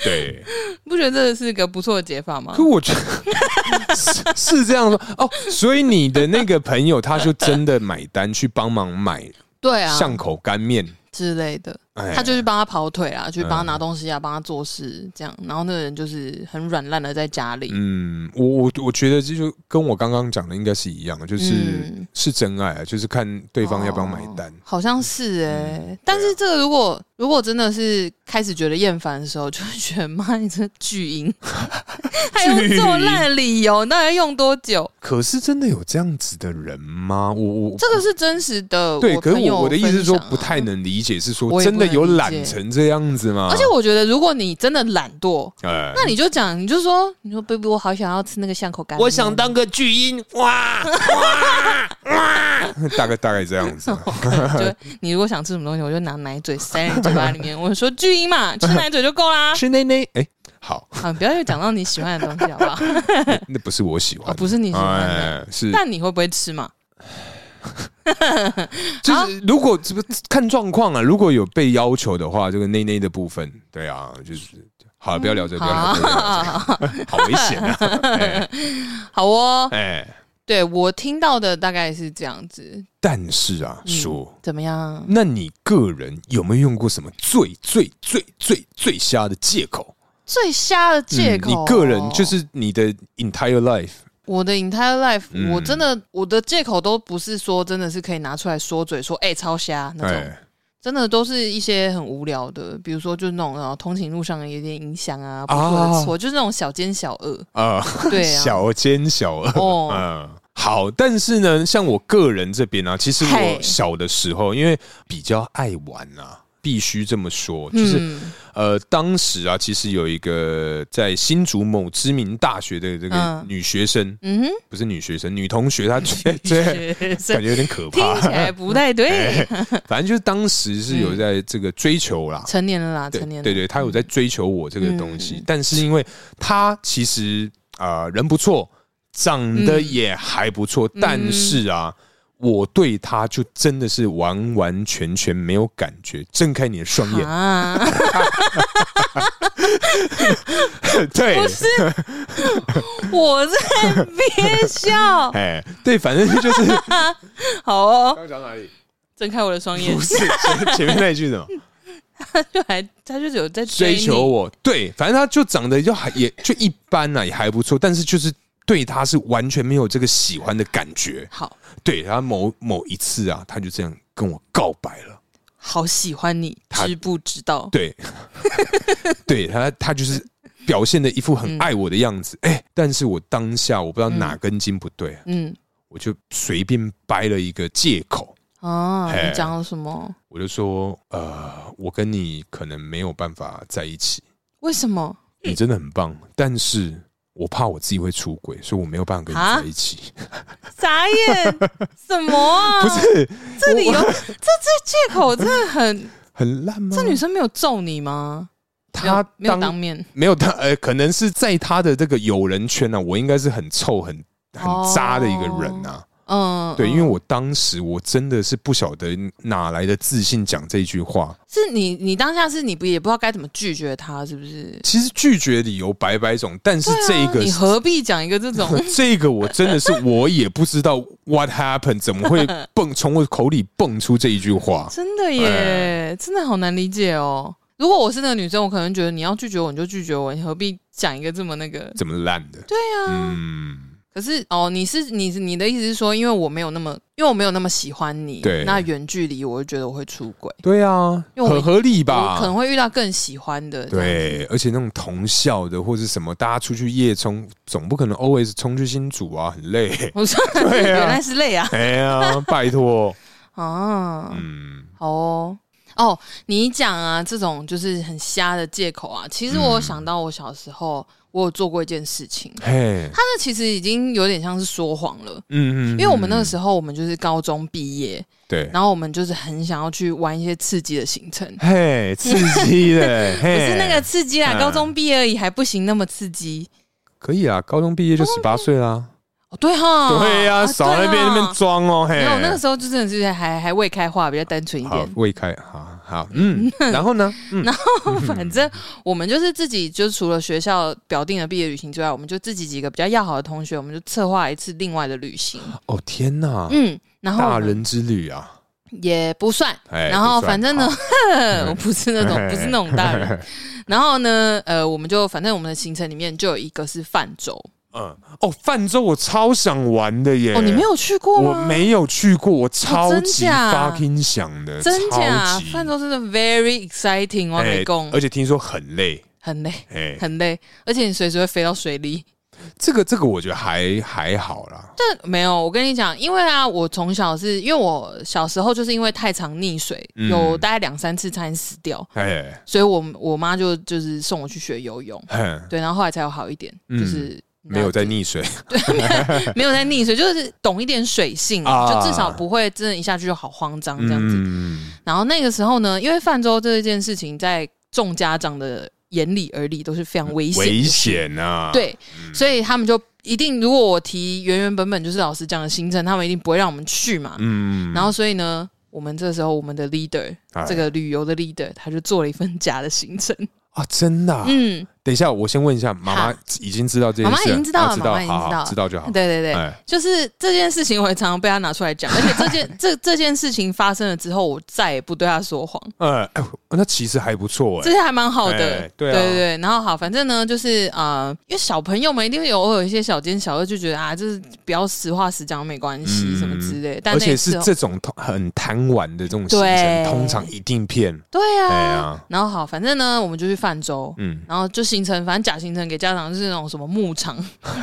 B: 对。
A: 不觉得这是个不错的解法吗
B: 可？我觉得是是这样说哦，所以你的那个朋友他就真的买单去帮忙买
A: 对啊，
B: 巷口干面，
A: 之类的
B: 哎，
A: 他就是帮他跑腿啊，去帮他拿东西啊，帮他做事这样，然后那个人就是很软烂的在家里，
B: 嗯，我我我觉得这就跟我刚刚讲的应该是一样的，就是、
A: 嗯
B: 是真爱啊，就是看对方要不要买单。嗯啊
A: 哦好像是哎、但是这个如果如果真的是开始觉得厌烦的时候，就会觉得妈，你这巨 婴，还用这么烂的理由，那要用多久？
B: 可是真的有这样子的人吗？我我
A: 这个是真实的，
B: 对，可是
A: 朋友
B: 我我的意思是说
A: 分享啊
B: 不太。能理解，是
A: 我
B: 说
A: 也不
B: 真的有
A: 能理
B: 懒
A: 解
B: 成这样子吗？
A: 而且我觉得，如果你真的懒惰，
B: 哎，
A: 那你就讲，你就说，你说 baby，我好想要吃那个巷口干面，
B: 个巨婴，哇哇哇， 大概大概这样子。 啊
A: 就你如果想吃什么东西，我就拿奶嘴塞你嘴巴里面。我说巨婴嘛，吃奶嘴就够啦。
B: 吃内内，哎、好，
A: 啊，不要又讲到你喜欢的东西，好不 好？
B: 那不是我喜欢的、
A: 哦不是你喜欢的
B: 哎，是
A: 那你会不会吃嘛？啊
B: 就是如果这个看状况啊，如果有被要求的话，这个内内的部分，对啊，就是好，不要聊这 个，不要聊这个，
A: 嗯好
B: 好危险啊！哎
A: 好哦，
B: 哎，
A: 对我听到的大概是这样子，
B: 但是啊，
A: 嗯
B: 说。
A: 怎么样？
B: 那你个人有没有用过什么最最最最最瞎的借口？
A: 最瞎的借口、哦
B: 嗯你个人就是你的 entire life，
A: 我的 entire life，、
B: 嗯
A: 我真的我的借口都不是说真的是可以拿出来说嘴说，哎、超瞎那种，
B: 哎，
A: 真的都是一些很无聊的，比如说就是那种啊，通勤路上有点影响啊，不错的错，就是那种小奸小 恶，
B: 啊、
A: 对啊，
B: 小奸小恶，
A: 哦
B: 嗯，好，但是呢，像我个人这边呢、啊其实
A: 嘿
B: 我小的时候，因为比较爱玩啊，必须这么说，就是、
A: 嗯
B: 呃，当时啊，其实有一个在新竹某知名大学的这个
A: 嗯
B: 女学生，
A: 嗯哼，
B: 不是女学生，女同 学，她觉得
A: 学生
B: 感觉有点可
A: 听起
B: 怕。
A: 来不太
B: 哎
A: 对，
B: 反正就是当时是有在这个追求啦，
A: 成年了啦，
B: 对
A: 嗯成年了，
B: 对对，他有在追求我这个东西，
A: 嗯
B: 但是因为他其实啊、呃人不错，长得
A: 嗯
B: 也还不错，但是啊，我对他就真的是完完全全没有感觉。睁开你的双眼，
A: 啊，
B: 对，
A: 不是，我在憋笑。
B: 哎，对，反正 就是
A: 好哦，
B: 刚讲哪里？
A: 睁开我的双眼
B: 不，是前前面那一句 什么？
A: 他就还他就有在
B: 追
A: 你
B: 求我，对，反正他就长得就还也就一般啊啦、也还不错，但是就是对他是完全没有这个喜欢的感觉。
A: 好，
B: 对，然后某某一次啊，他就这样跟我告白了。
A: 好喜欢你，
B: 他
A: 知不知道？
B: 对， 对他，他就是表现的一副很爱我的样子。哎、但是我当下我不知道哪根筋不对，
A: 嗯，
B: 我就随便掰了一个借口，
A: 啊，
B: 嘿
A: 你讲了什么？
B: 我就说，呃，我跟你可能没有办法在一起，
A: 为什么？
B: 你真的很棒，但是我怕我自己会出轨，所以我没有办法跟
A: 啊
B: 你在一起。
A: 傻眼？什么啊？
B: 不是
A: 这理由， 这这借口真的很……
B: 很烂吗？
A: 这女生没有揍你吗？
B: 她
A: 没有没有当
B: 当
A: 面，
B: 没有他，呃，可能是在他的这个友人圈呢、啊，我应该是很臭、很
A: 哦
B: 很渣的一个人啊。
A: 嗯，
B: 对，
A: 嗯
B: 因为我当时我真的是不晓得哪来的自信讲这句
A: 嗯
B: 话。
A: 是你，你当下是你不也不知道该怎么拒绝他，是不是？
B: 其实拒绝理由百百种，但是这
A: 对啊
B: 个、
A: 你何必讲一个这种？
B: 这个我真的是我也不知道 what happened，怎么会蹦从我口里蹦出这一句话？哎
A: 真的耶，真的好难理解哦。如果我是那个女生，我可能觉得你要拒绝我，你就拒绝我，你何必讲一个这么那个？
B: 怎么烂的？
A: 对啊，
B: 嗯，
A: 可是哦，你是你是你的意思是说，因为我没有那么，因为我没有那么喜欢你，
B: 对
A: 那远距离我就觉得我会出轨，
B: 对啊，
A: 因为我
B: 很合理
A: 我
B: 吧？
A: 可能会遇到更喜欢的，。
B: 对，而且那种同校的或是什么，大家出去夜冲，总不可能 always 冲去新竹啊，很 累
A: 我说
B: 对啊
A: 原来是累啊
B: 哎呀，拜托，
A: 啊，
B: 嗯，
A: 好哦。哦，你一讲啊，这种就是很瞎的借口啊。其实我有想到我小时候，我有做过一件事情，
B: 嘿，
A: 他那其实已经有点像是说谎了。
B: 嗯嗯，
A: 因为我们那个时
B: 候
A: 候，我们就是高中毕业，
B: 对，
A: 然后我们就是很想要去玩一些刺激的行程，
B: 嘿，刺激 的，
A: 不
B: 嘿，
A: 是那个刺激啦，
B: 嗯
A: 高中毕业而已还不行那么刺激
B: 可以啊，高中毕业就十八岁啦。
A: 哦，对哈，
B: 对呀，
A: 啊
B: 少在那边那边。装哦，嘿
A: 对，啊哈没有，那个时候就真的是还还未开化，比较单纯一
B: 好
A: 点。
B: 未开，好 好，嗯，然后呢，嗯，
A: 反正我们就是自己，就除了学校表定的毕业旅行之外，我们就自己几个比较要好的同学，我们就策划一次另外的旅行。
B: 哦天哪，
A: 嗯，然后
B: 大
A: 我们
B: 人之旅啊，
A: 也不算。
B: 哎
A: 然后反正呢，， 我不是那
B: 不
A: 种
B: 算好
A: 不是那种大人。 然后呢，呃，我们就反正我们的行程里面就有一个是泛舟。
B: 嗯，哦，泛舟我超想玩的耶！
A: 哦，你没？有去过
B: 我
A: 吗？哦
B: 没有去过，我超级
A: 真假
B: fucking 想的，
A: 真假
B: 超级？
A: 泛舟真的 very exciting，我没
B: 哎
A: 供，
B: 而且听说很累，
A: 很累，
B: 哎，
A: 很累，而且你随时会飞到水里。
B: 这个这个我觉得还还好啦，
A: 但没有，我跟你讲，因为啊，我从小是因为我小时候就是因为太常溺水，
B: 嗯
A: 有大概两三次差点死掉，
B: 哎，
A: 所以我我妈就就是送我去学游泳，
B: 哼
A: 对，然后后来才有好一点，
B: 嗯
A: 就是。
B: 没有在溺水，
A: 哦没有在溺水，就是懂一点水性，
B: 啊
A: 就至少不会真的一下去就好慌张这样子。
B: 嗯，
A: 然后那个时候呢，因为泛舟这一件事情，在众家长的眼里耳里都是非常危险的事，
B: 嗯危险啊！，
A: 对，所以他们就一定，如果我提原原本本就是老师讲的行程，他们一定不会让我们去嘛。
B: 嗯
A: 然后所以呢，我们这时候我们的 leader，
B: 哎
A: 这个旅游的 leader，他就做了一份假的行 程。
B: 啊，真的啊，
A: 嗯，
B: 等一下，我先问一下，妈妈已经知道这件事了，
A: 妈妈已经知道了
B: 啊知
A: 妈
B: 道，
A: 妈已经
B: 好好
A: 知道了
B: 知道就好。
A: 对对对。
B: 哎，
A: 就是这件事情，我也常常被他拿出来讲，而且这 件这这件事情发生了之后，我再也不对他说谎，
B: 呃，哎那其实还不错
A: 这
B: 哎，
A: 些还蛮好的，
B: 哎对
A: 对
B: 啊
A: 对对。然后好，反正呢，就是呃，因为小朋友们一定会有偶尔有一些小奸小恶，就觉得啊，就是不要实话实讲没关系、
B: 嗯
A: 什么之类。但
B: 而
A: 那一
B: 且
A: 次
B: 是
A: 哦
B: 这种通很贪玩的这种行程，
A: 对
B: 通常一定骗。
A: 对啊，
B: 哎呀，
A: 然后好，反正呢，我们就去泛舟。
B: 嗯，
A: 然后就行程，反正假行程给家长就是那种什么牧场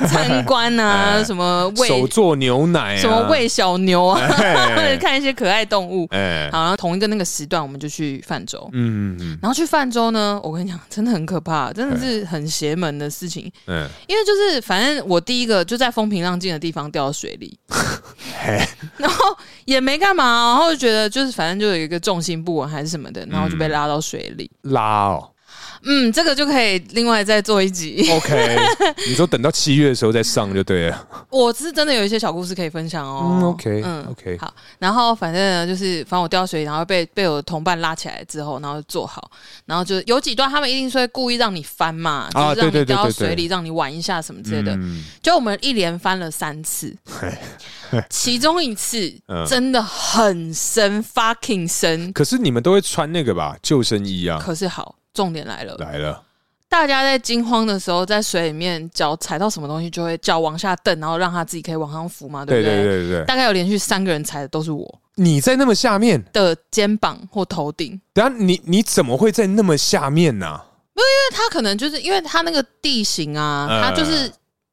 A: 参观啊，
B: 哎
A: 什么喂
B: 手做牛奶啊，
A: 什么喂小牛啊，
B: 哎，
A: 看一些可爱动物。
B: 哎，
A: 好，然后同一个那个时段，我们就去泛舟。
B: 嗯嗯
A: 然后去泛舟呢，我跟你讲，真的很可怕，真的是很邪门的事情。
B: 嗯，
A: 因为就是，反正我第一个就在风平浪静的地方掉到水里，
B: 嘿，
A: 然后也没干嘛，然后就觉得就是反正就有一个重心不稳还是什么的，然后
B: 嗯
A: 就被拉到水里。
B: 拉哦
A: 嗯，这个就可以另外再做一集。
B: ，OK，你说等到七月的时候再上就对了。
A: 我是真的有一些小故事可以分享哦。
B: 嗯，OK，OK，
A: 好。然后反正呢，就是反正我掉到水里，然后被被我的同伴拉起来之后，然后就坐好，然后就有几段他们一定是会故意让你翻嘛，
B: 啊
A: 就是让
B: 对对对
A: 你掉到
B: 对对
A: 水里，让你玩一下什么之类的。
B: 嗯
A: 就我们一连翻了三次， 其中一次
B: 嗯
A: 真的很深，fucking 深。
B: 可是你们都会穿那个吧，救生衣啊，
A: 可是好，重点来了，
B: 来了，
A: 大家在惊慌的时候，在水里面脚踩到什么东西，就会脚往下蹬，然后让它自己可以往上浮嘛，对
B: 对
A: 不
B: 对对对对，
A: 大概有连续三个人踩的都是我
B: 你在那么下面，
A: 的肩膀或头顶，因
B: 等下你你怎么会在那么下面啊呢、
A: 为它可能就是因为它那个地形啊，
B: 嗯
A: 它就是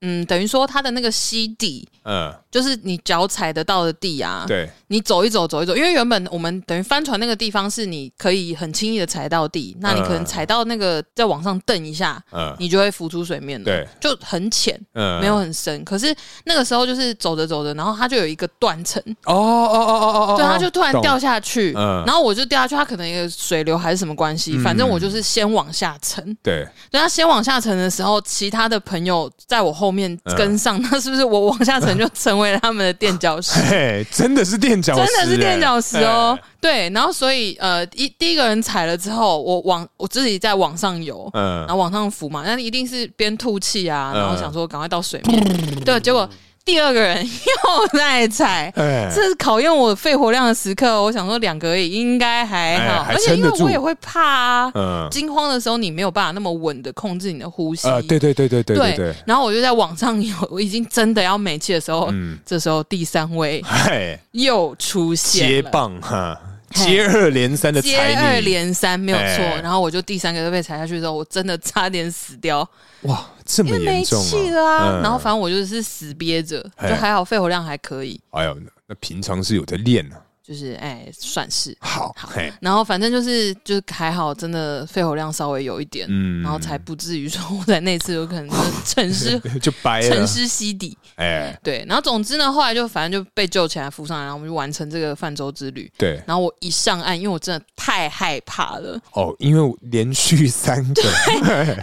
A: 嗯，等于说它的那个溪底。
B: 嗯，
A: 就是你脚踩得到的地啊，
B: 对，
A: 你走一走，走一走，因为原本我们等于帆船那个地方是你可以很轻易的踩到地，那你可能踩到那个再往上蹬一下，
B: 嗯
A: 你就会浮出水面了。
B: 对，
A: 就很浅，
B: 嗯，
A: 没有很深。可是那个时候就是走着走着，然后它就有一个断层，
B: 哦哦哦哦哦哦，
A: 对，它就突然
B: 懂
A: 掉下去，
B: 嗯
A: 然后我就掉下去，它可能有水流还是什么关系，
B: 嗯
A: 反正我就是先往下沉。
B: 对，
A: 对，它先往下沉的时候，其他的朋友在我后面跟上，那是不是我往下沉就成为了他们的垫脚 石？
B: 嘿，真的是垫脚石欸，
A: 真的是垫脚石哦。
B: 哎
A: 对，然后所以呃，一第一个人踩了之后，我往我自己在往上游，
B: 哎，嗯
A: 然，后往上浮嘛，那一定是边吐气啊，
B: 嗯
A: 然后想说赶快到水面，对，结果第二个人 又在踩，
B: 哎
A: 这是考验我肺活量的时刻哦。我想说两个而已，应该还好，
B: 哎还
A: 而且因为
B: 撑得住
A: 我也会怕啊。
B: 嗯
A: 惊慌的时候，你没有办法那么稳的控制你的呼吸。
B: 啊，对对对对对对对，
A: 然后我就在往上游，我已经真的要没气的时候，
B: 嗯，
A: 这时候第三位
B: 嗨，
A: 又出现
B: 接
A: 了
B: 棒哈，
A: 嘿
B: 接二连三的
A: 接
B: 踩
A: 二
B: 你，
A: 连三，没有错。
B: 哎
A: 然后我就第三个被踩下去的时候，我真的差点死掉，
B: 哇，这
A: 因
B: 么
A: 为没
B: 严重
A: 气
B: 啊！
A: 了啊。
B: 嗯
A: 然后反正我就是死憋着，
B: 哎
A: 就还好肺活量还可以，
B: 哎呦，那平常是有在练啊，
A: 就是哎算是。
B: 好，嘿，
A: 然后反正就是就是还好，真的肺活量稍微有一点，
B: 嗯
A: 然后才不至于说我在那次有可能就是沉 尸
B: 就掰了
A: 沉，尸西底。
B: 哎，
A: 对，然后总之呢，后来就反正就被救起来扶上来，然后我们就完成这个泛舟之旅。
B: 对，
A: 然后我一上岸，因为我真的太害怕 了，
B: 哦，因为我连续三个，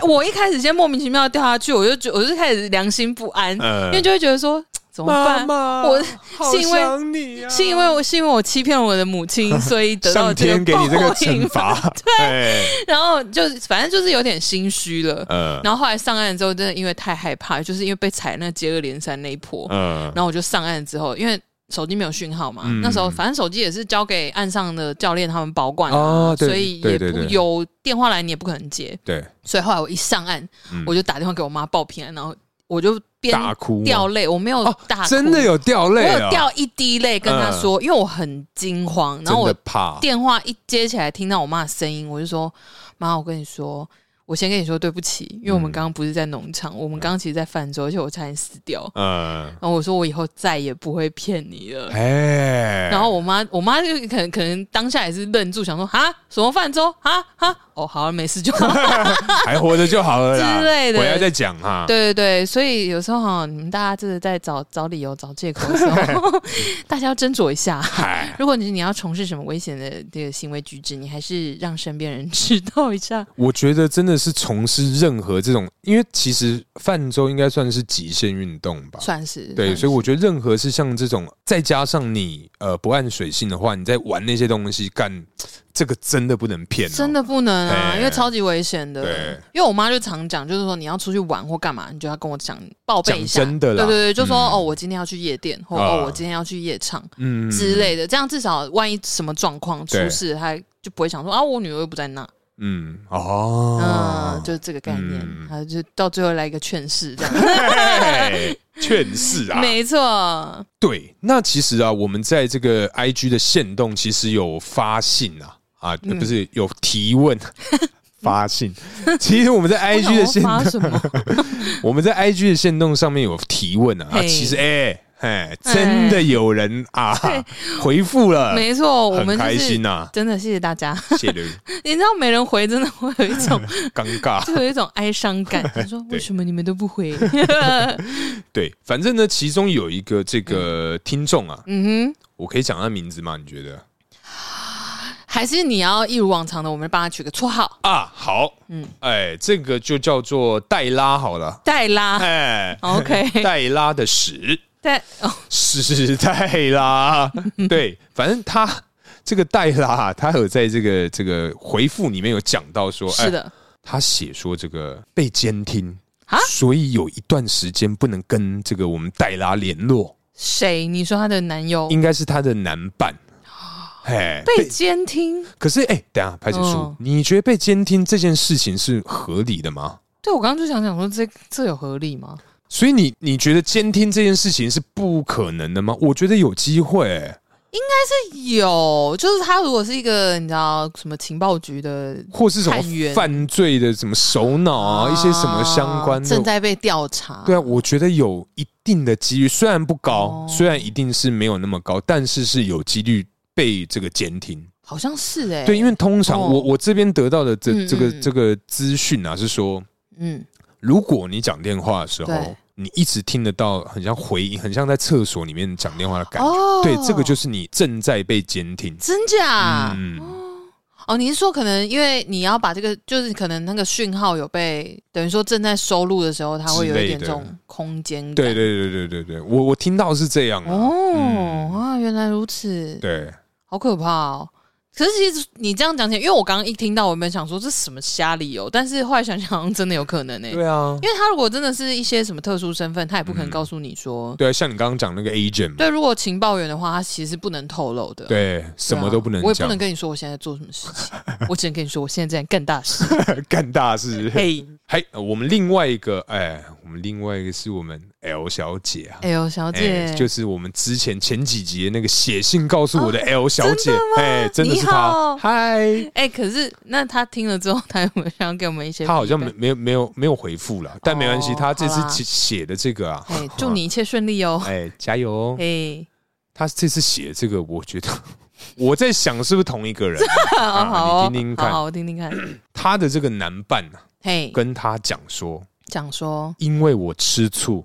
A: 我一开始先莫名其妙掉下去，我就觉我就开始良心不安，因
B: 嗯
A: 为就会觉得说怎么
B: 妈
A: 办？
B: 妈，
A: 我
B: 好
A: 是因为
B: 想你啊，
A: 是因为我是因为我欺骗了我的母亲，所以得到
B: 上
A: 这
B: 天给
A: 报
B: 你这个
A: 应啊
B: 惩罚，对，
A: 然后就是反正就是有点心虚了。
B: 嗯
A: 然后后来上岸之后，真的因为太害怕，就是因为被踩那接二连三那一波。
B: 嗯，
A: 然后我就上岸之后，因为手机没有讯号嘛，
B: 嗯
A: 那时候反正手机也是交给岸上的教练他们保管啊，
B: 哦，对
A: 所以
B: 对
A: 也
B: 对
A: 不
B: 对，
A: 有电话来你也不可能接。
B: 对，
A: 所以后来我一上岸，
B: 嗯
A: 我就打电话给我妈报平安，然后我就边
B: 大哭啊
A: 掉泪，我没有
B: 哦
A: 大哭，
B: 真的有掉泪
A: 我
B: 啊，嗯
A: 有掉一滴泪跟她说，因为我很惊慌，然后
B: 真
A: 我
B: 的怕，
A: 电话一接起来，听到我妈的声音，我就说：“妈，我跟你说，我先跟你说对不起，因为我们刚刚不是在农场，我们刚刚其实在泛舟，而且我差点死掉。
B: 嗯，
A: 然后我说我以后再也不会骗你 了。
B: 哎，
A: 然后我妈，我妈就可能可能当下也是愣住，想说啊，什么泛舟啊啊，哦，好，没事就好。
B: 还活着就好了 啦
A: 之类的
B: 回来再讲哈。
A: 对对对，所以有时候哈，你们大家真的在找找理由、找借口的时候，大家要斟酌一下。
B: 嗨，
A: 如果你你要从事什么危险的这个行为举止，你还是让身边人知道一下。
B: 我觉得真的是从事任何这种，因为其实泛舟应该算是极限运动吧。
A: 算是
B: 对，
A: 算是
B: 所以我觉得任何是像这种，再加上你呃不按水性的话，你在玩那些东西，干这个真的不能骗、哦，
A: 真的不能啊，
B: 哎
A: 因为超级危险的
B: 对。
A: 因为我妈就常讲，就是说你要出去玩或干嘛，你就要跟我讲报备一下。
B: 讲真的啦
A: 对对对，就说、
B: 嗯
A: 哦，我今天要去夜店，或、
B: 啊
A: 哦，我今天要去夜场
B: 嗯
A: 之，类的，这样至少万一什么状况出
B: 对
A: 事，她就不会想说啊，我女儿又不在那，
B: 嗯哦，
A: 嗯，就是这个概念，
B: 嗯
A: 还有就到最后来一个劝世这样，
B: 嘿劝世啊，
A: 没错，
B: 对，那其实啊，我们在这个 I G 的限动其实有发信啊，啊，
A: 嗯
B: 不是有提问。 发信，其实我们在 I G 的
A: 我想说
B: 限，
A: 发什 么？
B: 我们在 I G 的限动上面有提问啊。啊
A: 嘿
B: 其实，哎、哎，真的有人啊
A: 对
B: 回复了，
A: 没错，我
B: 很
A: 们就
B: 开
A: 是
B: 心啊呐、
A: 真的谢谢大家。
B: 啊，谢了，
A: 你知道没人回，真的会有一种
B: 尴 尬。
A: 就有一种哀伤 感。他说：“为
B: 对
A: 什么你们都不回？”
B: 对，反正呢，其中有一个这个听众啊，
A: 嗯
B: 我可以讲他名字吗？你觉得
A: 哼，还是你要一如往常的，我们帮他取个绰号，
B: 啊？好，
A: 嗯
B: 嗯，哎，这个就叫做黛拉好 了，
A: 黛拉。
B: 哎
A: 哦 OK，
B: 黛拉的史
A: 黛哦，
B: 史黛 拉，对，反正他这个黛拉，啊他有在这个这个回复里面有讲到说，
A: 是
B: 哎，
A: 的，
B: 他写说这个被监听
A: 啊
B: 所以有一段时间不能跟这个我们黛拉联络，
A: 谁？你说她的男友
B: 应该是他的男伴。哎，
A: 哦啊被监听？
B: 可是哎、等一下，拍子叔，
A: 嗯
B: 你觉得被监听这件事情是合理的吗？
A: 对我刚刚就想讲说，这这有合理吗？
B: 所以你你觉得监听这件事情是不可能的吗？我觉得有机会、哎
A: 有，就是他如果是一个你知道什么情报局的
B: 或是什
A: 探员
B: 么犯罪的什么首脑啊，一些什么相关
A: 哦正
B: 的，
A: 在被调查。
B: 对啊，我觉得有一定的几率，虽然不高
A: 哦，
B: 虽然一定是没有那么高，但是是有几率被这个监听。
A: 好像是哎。
B: 对，因为通常
A: 哦
B: 我我这边得到的这
A: 嗯
B: 这个
A: 嗯嗯
B: 这个资讯啊，是说
A: 嗯，
B: 如果你讲电话的时候
A: 对，
B: 你一直听得到很像回音，很像在厕所里面讲电话的感觉。
A: 哦
B: 对，这个就是你正在被监听。
A: 真假。
B: 嗯，
A: 哦，你是说可能因为你要把这个，就是可能那个讯号有被，等于说正在收录的时候，它会有一点
B: 之类
A: 这
B: 的
A: 种空间感。
B: 对对对对对对，我我听到是这样啊。
A: 哦、
B: 嗯
A: 啊，原来如此，
B: 对，
A: 好可怕哦！可是其实你这样讲起来，因为我刚刚一听到，我原本想说这是什么瞎理由，但是后来想想，好像真的有可能呢、欸
B: 对啊，嗯
A: 因为他如果真的是一些什么特殊身份，他也不可能告诉你说。
B: 对啊，像你刚刚讲那个 agent 嘛，
A: 对，如果情报员的话，他其实是不能透露的。
B: 对，
A: 对
B: 什
A: 啊，
B: 么都不能
A: 我也不
B: 讲
A: 能，跟你说我现在在做什么事情，我只能跟你说我现在在干大 事。
B: 干大事。
A: 嘿
B: 还呃我们另外一个，哎，我们另外一个是我们 L 小姐啊。
A: 哎呦，小姐，
B: 哎，就是我们之前前几集的那个写信告诉我的 L 小姐
A: 哦真的，吗
B: 哎，真的
A: 你
B: 是她，
A: 好
B: 嗨，
A: 哎、可是那他听了之后，他有没有想要给我们一些？
B: 她好像没没有没有没有回复了，但没关系，
A: 哦
B: 她这次
A: 好啦
B: 写写的这个啊，
A: 哎、祝你一切顺利哦。
B: 哎加油哦
A: 哎、，
B: 她这次写这个，我觉得 我在想是不是同一个人，
A: 好
B: 啊
A: 好哦，
B: 你听听看
A: 好好，我听听看。
B: 她的这个男伴啊
A: 嘿，
B: 跟她讲说，
A: 讲说，
B: 因为我吃醋，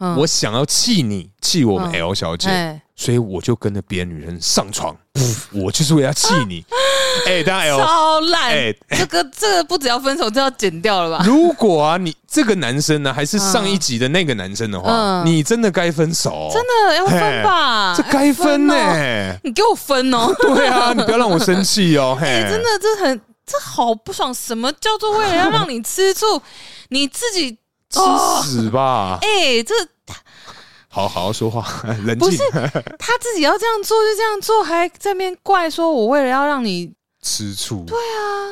A: 嗯
B: 我想要气你，气我们
A: 嗯
B: L 小姐，
A: 哎，
B: 所以我就跟着别的女人上床，噗我就是为了要气 你。哎、当然 L，
A: 超烂、
B: 哎、
A: 这个这个不只要分手，这要剪掉了吧？
B: 如果啊，你这个男生呢，还是上一集的那个男生的话，
A: 嗯
B: 你真的该分手哦、
A: 真的要分吧？
B: 这该分呢、
A: 要哦你给我分 哦！
B: 对 啊，你不要让我生气哦、嘿、
A: 哎、真的，这很这好不爽。什么叫做为了要让你吃醋，你自己哦？
B: 去死吧！
A: 哎、这
B: 好好好说话，冷
A: 哎不
B: 静
A: 是，他自己要这样做就这样做，还在面怪说我为了要让你
B: 吃醋。
A: 啊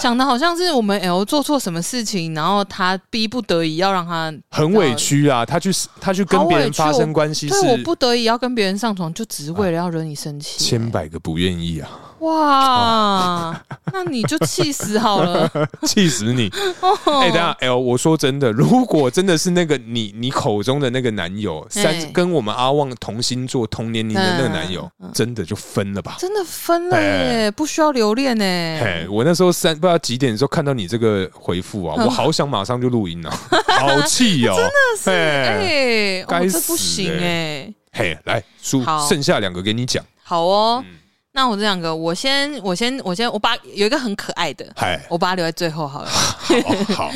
A: 讲的好像是我们 L 做错什么事情，然后他逼不得已要让他
B: 很委屈啊，他去他去跟别人发生关系
A: 对我
B: 是
A: 不得已要跟别人上床，就只是为了要惹你生气、
B: 千百个不愿意啊，
A: 哇，那你就气死好 了。
B: 气死你！
A: 哦
B: 哎、等一下 L，我说真的，如果真的是那个你你口中的那个男友，
A: 哎
B: 三跟我们阿旺同星座、同年龄的那个男友，
A: 嗯
B: 真的就分了吧？
A: 真的分了耶，不需要留恋
B: 哎嘿，
A: 呢。
B: 我那时候三不知道几点的时候看到你这个回复
A: 嗯
B: 啊，我好想马上就录 音啊，好气哦！真的是，
A: 哎，
B: 该
A: 哦，这不
B: 死
A: 行哎。
B: 嘿，来，叔，
A: 好
B: 剩下两个给你讲，
A: 好哦，
B: 嗯
A: 那我这两个，我先，我先，我先，我把有一个很可爱的，
B: 嗨，
A: 我把它留在最后好了。
B: 哎 好好，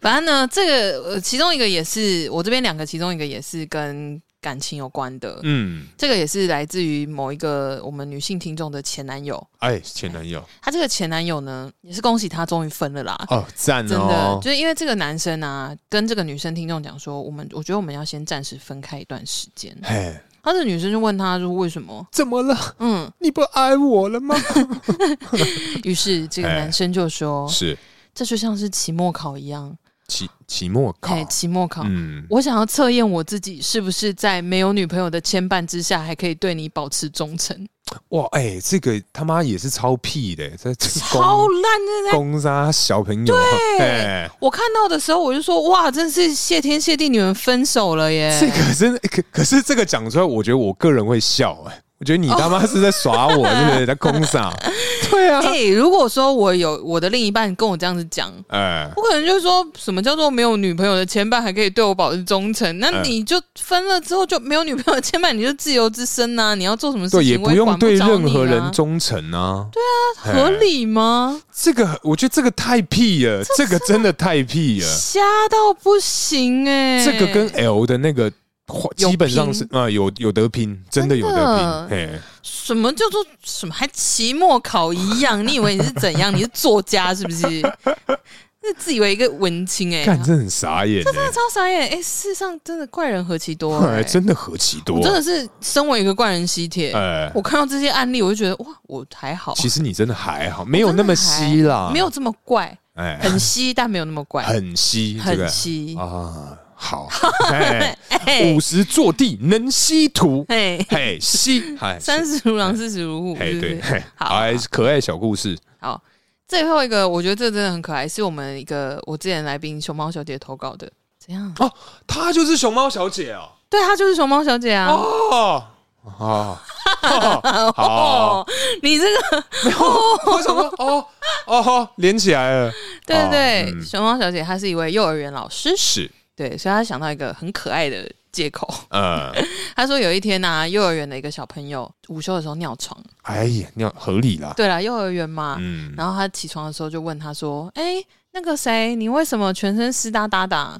A: 反正呢，这个呃，其中一个也是我这边两个，其中一个也是跟感情有关的。
B: 嗯，
A: 这个也是来自于某一个我们女性听众的前男友。
B: 哎，前男友
A: 她这个前男友呢，也是恭喜她终于分了啦。
B: 哦，赞
A: 真的
B: 哦，，
A: 就是因为这个男生啊，跟这个女生听众讲说，我们我觉得我们要先暂时分开一段时间。
B: 嘿，
A: 他这女生就问他说为什么？
B: 怎么了？
A: 嗯，
B: 你不爱我了吗？
A: 于是这个
B: 哎
A: 男生就说，
B: 是
A: 这就像是期末考一样，
B: 期期末考
A: 哎，，期末考，
B: 嗯，
A: 我想要测验我自己是不是在没有女朋友的牵绊之下，还可以对你保持忠诚。
B: 哇，哎，这个他妈也是超屁的，在这
A: 超
B: 攻
A: 烂的在！
B: 攻杀小朋友啊，哎，
A: 我看到的时候，我就说哇，真是谢天谢地，你们分手了耶！
B: 这个真的可可是这个讲出来，我觉得我个人会笑，哎，我觉得你他妈是在耍我，是不是在攻 杀？对啊，
A: 哎、如果说我有我的另一半跟我这样子讲，
B: 哎，
A: 我可能就说什么叫做没有女朋友的牵绊还可以对我保持忠诚？那
B: 嗯
A: 你就分了之后就没有女朋友的牵绊，你就自由之身呐、你要做什么事
B: 对，也
A: 情我
B: 不
A: 也
B: 用
A: 管
B: 对
A: 着
B: 任
A: 你
B: 何
A: 啊
B: 人忠诚啊。对啊
A: 合。理吗？
B: 这个我觉得这个太屁了，这个真的太屁了。
A: 瞎到不行哎、
B: 哎这个跟 L 的那个话
A: 有
B: 基本上是
A: 拼哎
B: 啊、呃有有得拼，真的有得拼。哎嘿，
A: 什么叫做什么还期末考一样？你以为你是怎样？你是作家是不是？那自以为一个文青哎、
B: 看
A: 真
B: 这很傻眼、
A: 的
B: 欸，
A: 超傻眼哎、世上真的怪人何其多、
B: 哎
A: 哎，
B: 真的何其多
A: 我，真的是身为一个怪人吸铁，
B: 哎、
A: 我看到这些案例，我就觉得哇，我还好，
B: 其实你真的还好，没有那么稀啦，
A: 没有，这么怪，
B: 哎、
A: 很稀，但没有那么怪，
B: 很稀，这
A: 很
B: 个
A: 稀。
B: 啊， 好，哎，
A: 哎
B: 五十坐地能吸土，
A: 哎，
B: 嘿，吸，哎，
A: 三十如狼，四十如虎，
B: 哎
A: 是不是？
B: 对，嘿
A: 好
B: 哎，可爱小故事，
A: 好，最后一个，我觉得这真的很可爱，是我们一个我之前来宾熊猫小姐投稿的。怎样？
B: 她哦就是熊猫小姐哦，
A: 对，她就是熊猫小姐啊！
B: 哦，哦，哦好。
A: 哦，你这个
B: 我想说，哦哦，连起来了，
A: 对对对，
B: 嗯
A: 哦熊猫小姐她是一位幼儿园老师，
B: 是，
A: 对，所以她想到一个很可爱的借口。
B: 呃，
A: 她说有一天呢、啊幼儿园的一个小朋友午休的时候尿床，
B: 哎呀，你要合理啦，
A: 对啦，幼儿园嘛，
B: 嗯，
A: 然后他起床的时候就问他说：“哎、那个谁，你为什么全身湿哒哒的啊？”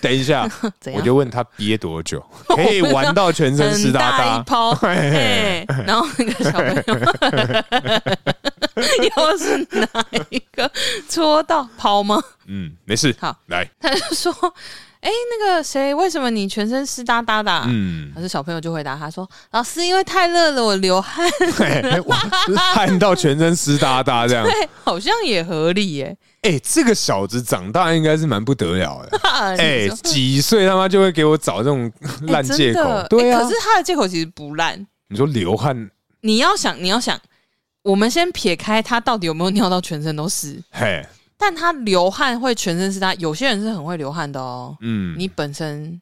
B: 等一下，
A: 怎
B: 我
A: 样？
B: 就问他憋多久，可以玩到全身湿
A: 很
B: 哒
A: 大一
B: 哒。
A: 泡，嘿然后那个小朋友 又是哪一个戳到跑吗？
B: 嗯，没事。
A: 好，
B: 来，
A: 他就 说：“哎、那个谁，为什么你全身湿哒哒的啊、
B: 嗯，
A: 可是小朋友就回答他说：“老师，因为太热了，我流汗。
B: 哎我汗到全身湿哒 哒这样。
A: 对，哎好像也合理耶、
B: 哎，这个小子长大应该是蛮不得了 的。
A: 哈
B: 哎
A: 你，说
B: 几岁他妈就会给我找这种
A: 哎
B: 烂借
A: 真的
B: 口
A: 哎？
B: 对啊
A: 可，是他的借口其实不烂。
B: 你说流汗，
A: 你要想，你要想，我们先撇开他到底有没有尿到全身都是，
B: 嘿，
A: 但他流汗会全身是他，有些人是很会流汗的哦。
B: 嗯，
A: 你本身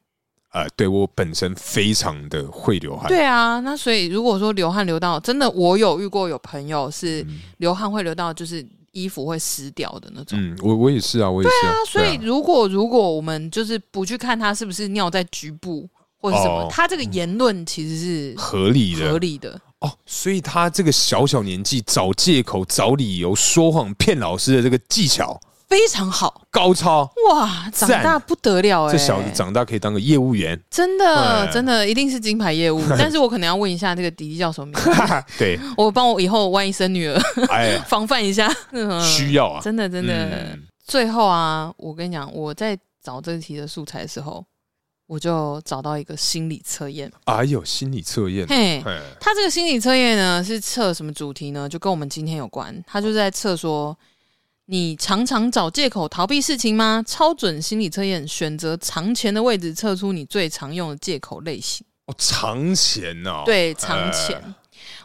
B: 呃，对我本身非常的会流汗，
A: 对啊，那所以如果说流汗流到真的，我有遇过有朋友是
B: 嗯
A: 流汗会流到就是衣服会湿掉的那种。
B: 嗯，我我也是啊，我也是啊
A: 那，所以
B: 对啊
A: 如果如果我们就是不去看他是不是尿在局部或者什么
B: 哦，
A: 他这个言论其实
B: 合理
A: 是合
B: 的
A: 理的。
B: 哦，所以他这个小小年纪找借口、找理由、说谎骗老师的这个技巧
A: 非常好
B: 高超，
A: 哇，长
B: 赞
A: 大不得了哎、
B: 这小子长大可以当个业务员，
A: 真的
B: 对
A: 真的一定是金牌 业务，但是我可能要问一下这个弟弟叫什么名字，
B: 哈哈，对，
A: 我帮我以后万一生女儿
B: 哎，
A: 防范一下。嗯
B: 需要啊，
A: 真的真的，
B: 嗯
A: 最后啊，我跟你讲，我在找这题的素材的时候，我就找到一个心理测验，
B: 哎呦，心理测验，
A: 嘿。
B: 哎，
A: 他这个心理测验呢，是测什么主题呢？就跟我们今天有关。他就在测说，你常常找借口逃避事情吗？超准心理测验，选择藏钱的位置，测出你最常用的借口类型。
B: 哦，藏钱哦，，
A: 对，藏钱。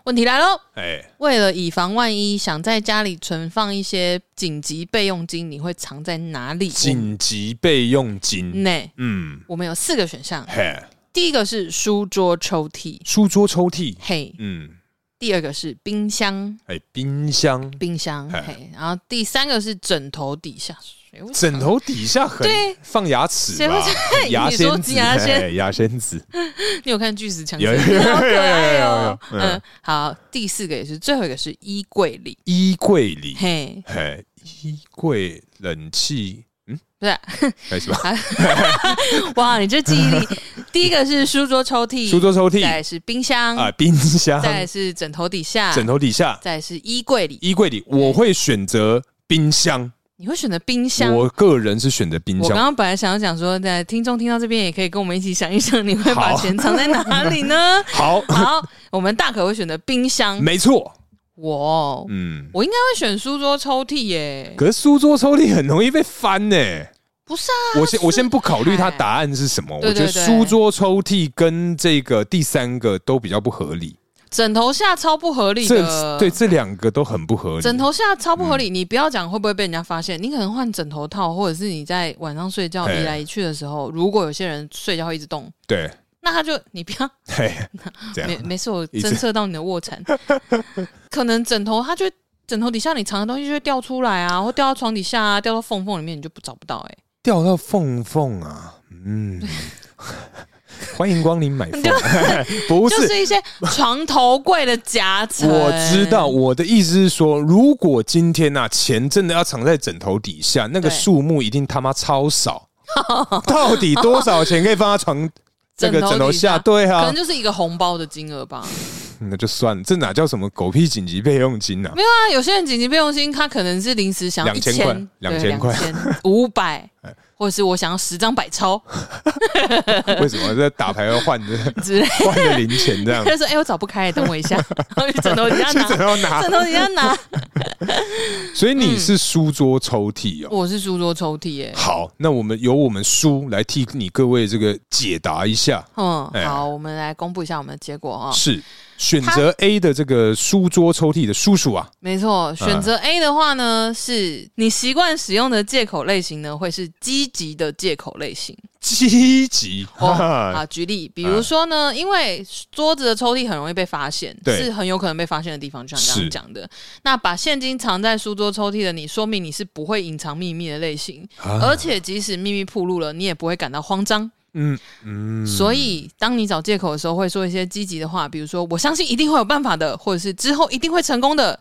A: 问题来喽，
B: 哎，
A: 为了以防万一，想在家里存放一些紧急备用金，你会藏在哪里？
B: 紧急备用金，
A: 内。
B: 嗯，
A: 我们有四个选项，
B: 嘿，
A: 第一个是书桌抽屉，
B: 书桌抽屉，
A: 嘿；
B: 嗯，
A: 第二个是冰箱，
B: 哎，冰箱，
A: 冰箱，
B: 哎
A: 嘿；然后第三个是枕头底下，谁会
B: 枕头底下很
A: 对
B: 放牙齿
A: 谁
B: 吧
A: 会，
B: 牙
A: 你说
B: 仙子，
A: 牙仙
B: 嘿牙仙子，
A: 你有看巨石强
B: 有
A: 森？
B: 有有
A: 好可爱
B: 有有
A: 哦
B: 有。有
A: 嗯，好，第四个也是，最后一个是衣柜里，
B: 衣柜里，
A: 嘿，
B: 嘿，衣柜、冷气，嗯，
A: 不是，
B: 开始吧。
A: 哇，你这记忆力，第一个是书桌抽屉，
B: 书桌抽
A: 再
B: 屉
A: 来是冰箱，
B: 啊，冰箱、
A: 再来是枕头底下，
B: 枕头底下、
A: 再来是衣柜里。
B: 衣柜里，我会选择冰箱。
A: 你会选择冰嗯箱？
B: 我个人是选择冰
A: 我刚
B: 箱。
A: 刚本来想要讲说，在听众听到这边也可以跟我们一起想一想，你会把
B: 好
A: 钱藏在哪里呢？
B: 好，
A: 好，我们大可会选择冰箱。
B: 没错，
A: 我哦
B: 嗯。
A: 我应该会选书桌抽屉耶。
B: 可是书桌抽屉很容易被翻呢、
A: 不是啊，
B: 我先我先不考虑它
A: 哎
B: 答案是什么，
A: 对
B: 我觉得
A: 对对
B: 书桌抽屉跟这个第三个都比较不合理。
A: 枕头下超不合理
B: 这
A: 的。
B: 对这两个都很不合理。嗯
A: 枕头下超不合理，你不要讲会不会被人家发现，你可能换枕头套，或者是你在晚上睡觉
B: 哎
A: 移来移去的时候，如果有些人睡觉会一直动，
B: 对，
A: 那他就你不要
B: 嘿，这样
A: 没没事，我
B: 一直
A: 侦测到你的卧 蚕，可能枕头它就会枕头底下你藏的东西就会掉出来啊，或掉到床底下啊，掉到缝缝里面你就不找不到哎、
B: 掉到缝缝啊， 嗯， 欢迎光临买缝， 不。
A: 就是是一些床头柜的夹层。
B: 我知道，，我的意思是说，如果今天呐、啊、钱真的要藏在枕头底下，那个
A: 对
B: 数目一定他妈超 少。到底多少钱可以放在床 这个枕头下？
A: 枕头
B: 对
A: 可
B: 啊
A: 能，就是一个红包的金额吧。
B: 那就算了，这哪叫什么狗屁紧急备用金啊？
A: 没有啊，有些人紧急备用金，他可能是临时想要一
B: 2000块
A: 千、
B: 2000块、
A: 五 百，或者是我想要十张百钞
B: 为什么在打牌要换的
A: 之类。
B: 换的零钱 这样
A: 他？就说：“哎、我找不开，等我一下。” 然后去枕头底下
B: 去
A: 拿，
B: 枕头拿
A: 枕，头底下拿。
B: 所以你是书桌抽屉哦。
A: 我是书桌抽屉耶、
B: 好，那我们由我们书来替你各位这个解答一下，
A: 嗯，
B: 哎
A: 好，我们来公布一下我们的结果啊、
B: 是选择 A 的这个书桌抽屉的叔叔啊，
A: 没错，选择 A 的话呢，是你习惯使用的借口类型呢，会是积极的借口类型。
B: 积极，
A: 哦，
B: 哈
A: 啊，举例，比如说呢，因为桌子的抽屉很容易被发现，
B: 对
A: 是很有可能被发现的地方，就像刚
B: 是
A: 刚讲的。那把现金藏在书桌抽屉的你，说明你是不会隐藏秘密的类型，
B: 啊
A: 而且即使秘密暴露了，你也不会感到慌张。
B: 嗯嗯，
A: 所以，当你找借口的时候，会说一些积极的话，比如说“我相信一定会有办法的”，或者是“之后一定会成功的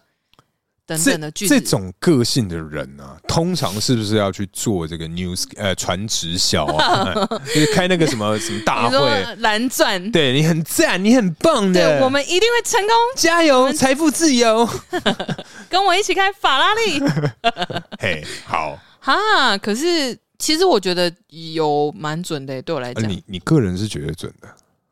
A: 等
B: 这
A: 等的句子。
B: 这种个性的人啊，通常是不是要去做这个 news 呃传直销 啊，就是开那个什么什么
A: 你
B: 大啊会？
A: 说蓝钻，
B: 对你很赞，你很棒的，
A: 对，我们一定会成功。
B: 加油，财富自 由。
A: 跟我一起开法拉利
B: 嘿，好，
A: 哈！可是其实我觉得有蛮准的欸耶，对我来
B: 呃
A: 讲，
B: 你你个人是觉得准的，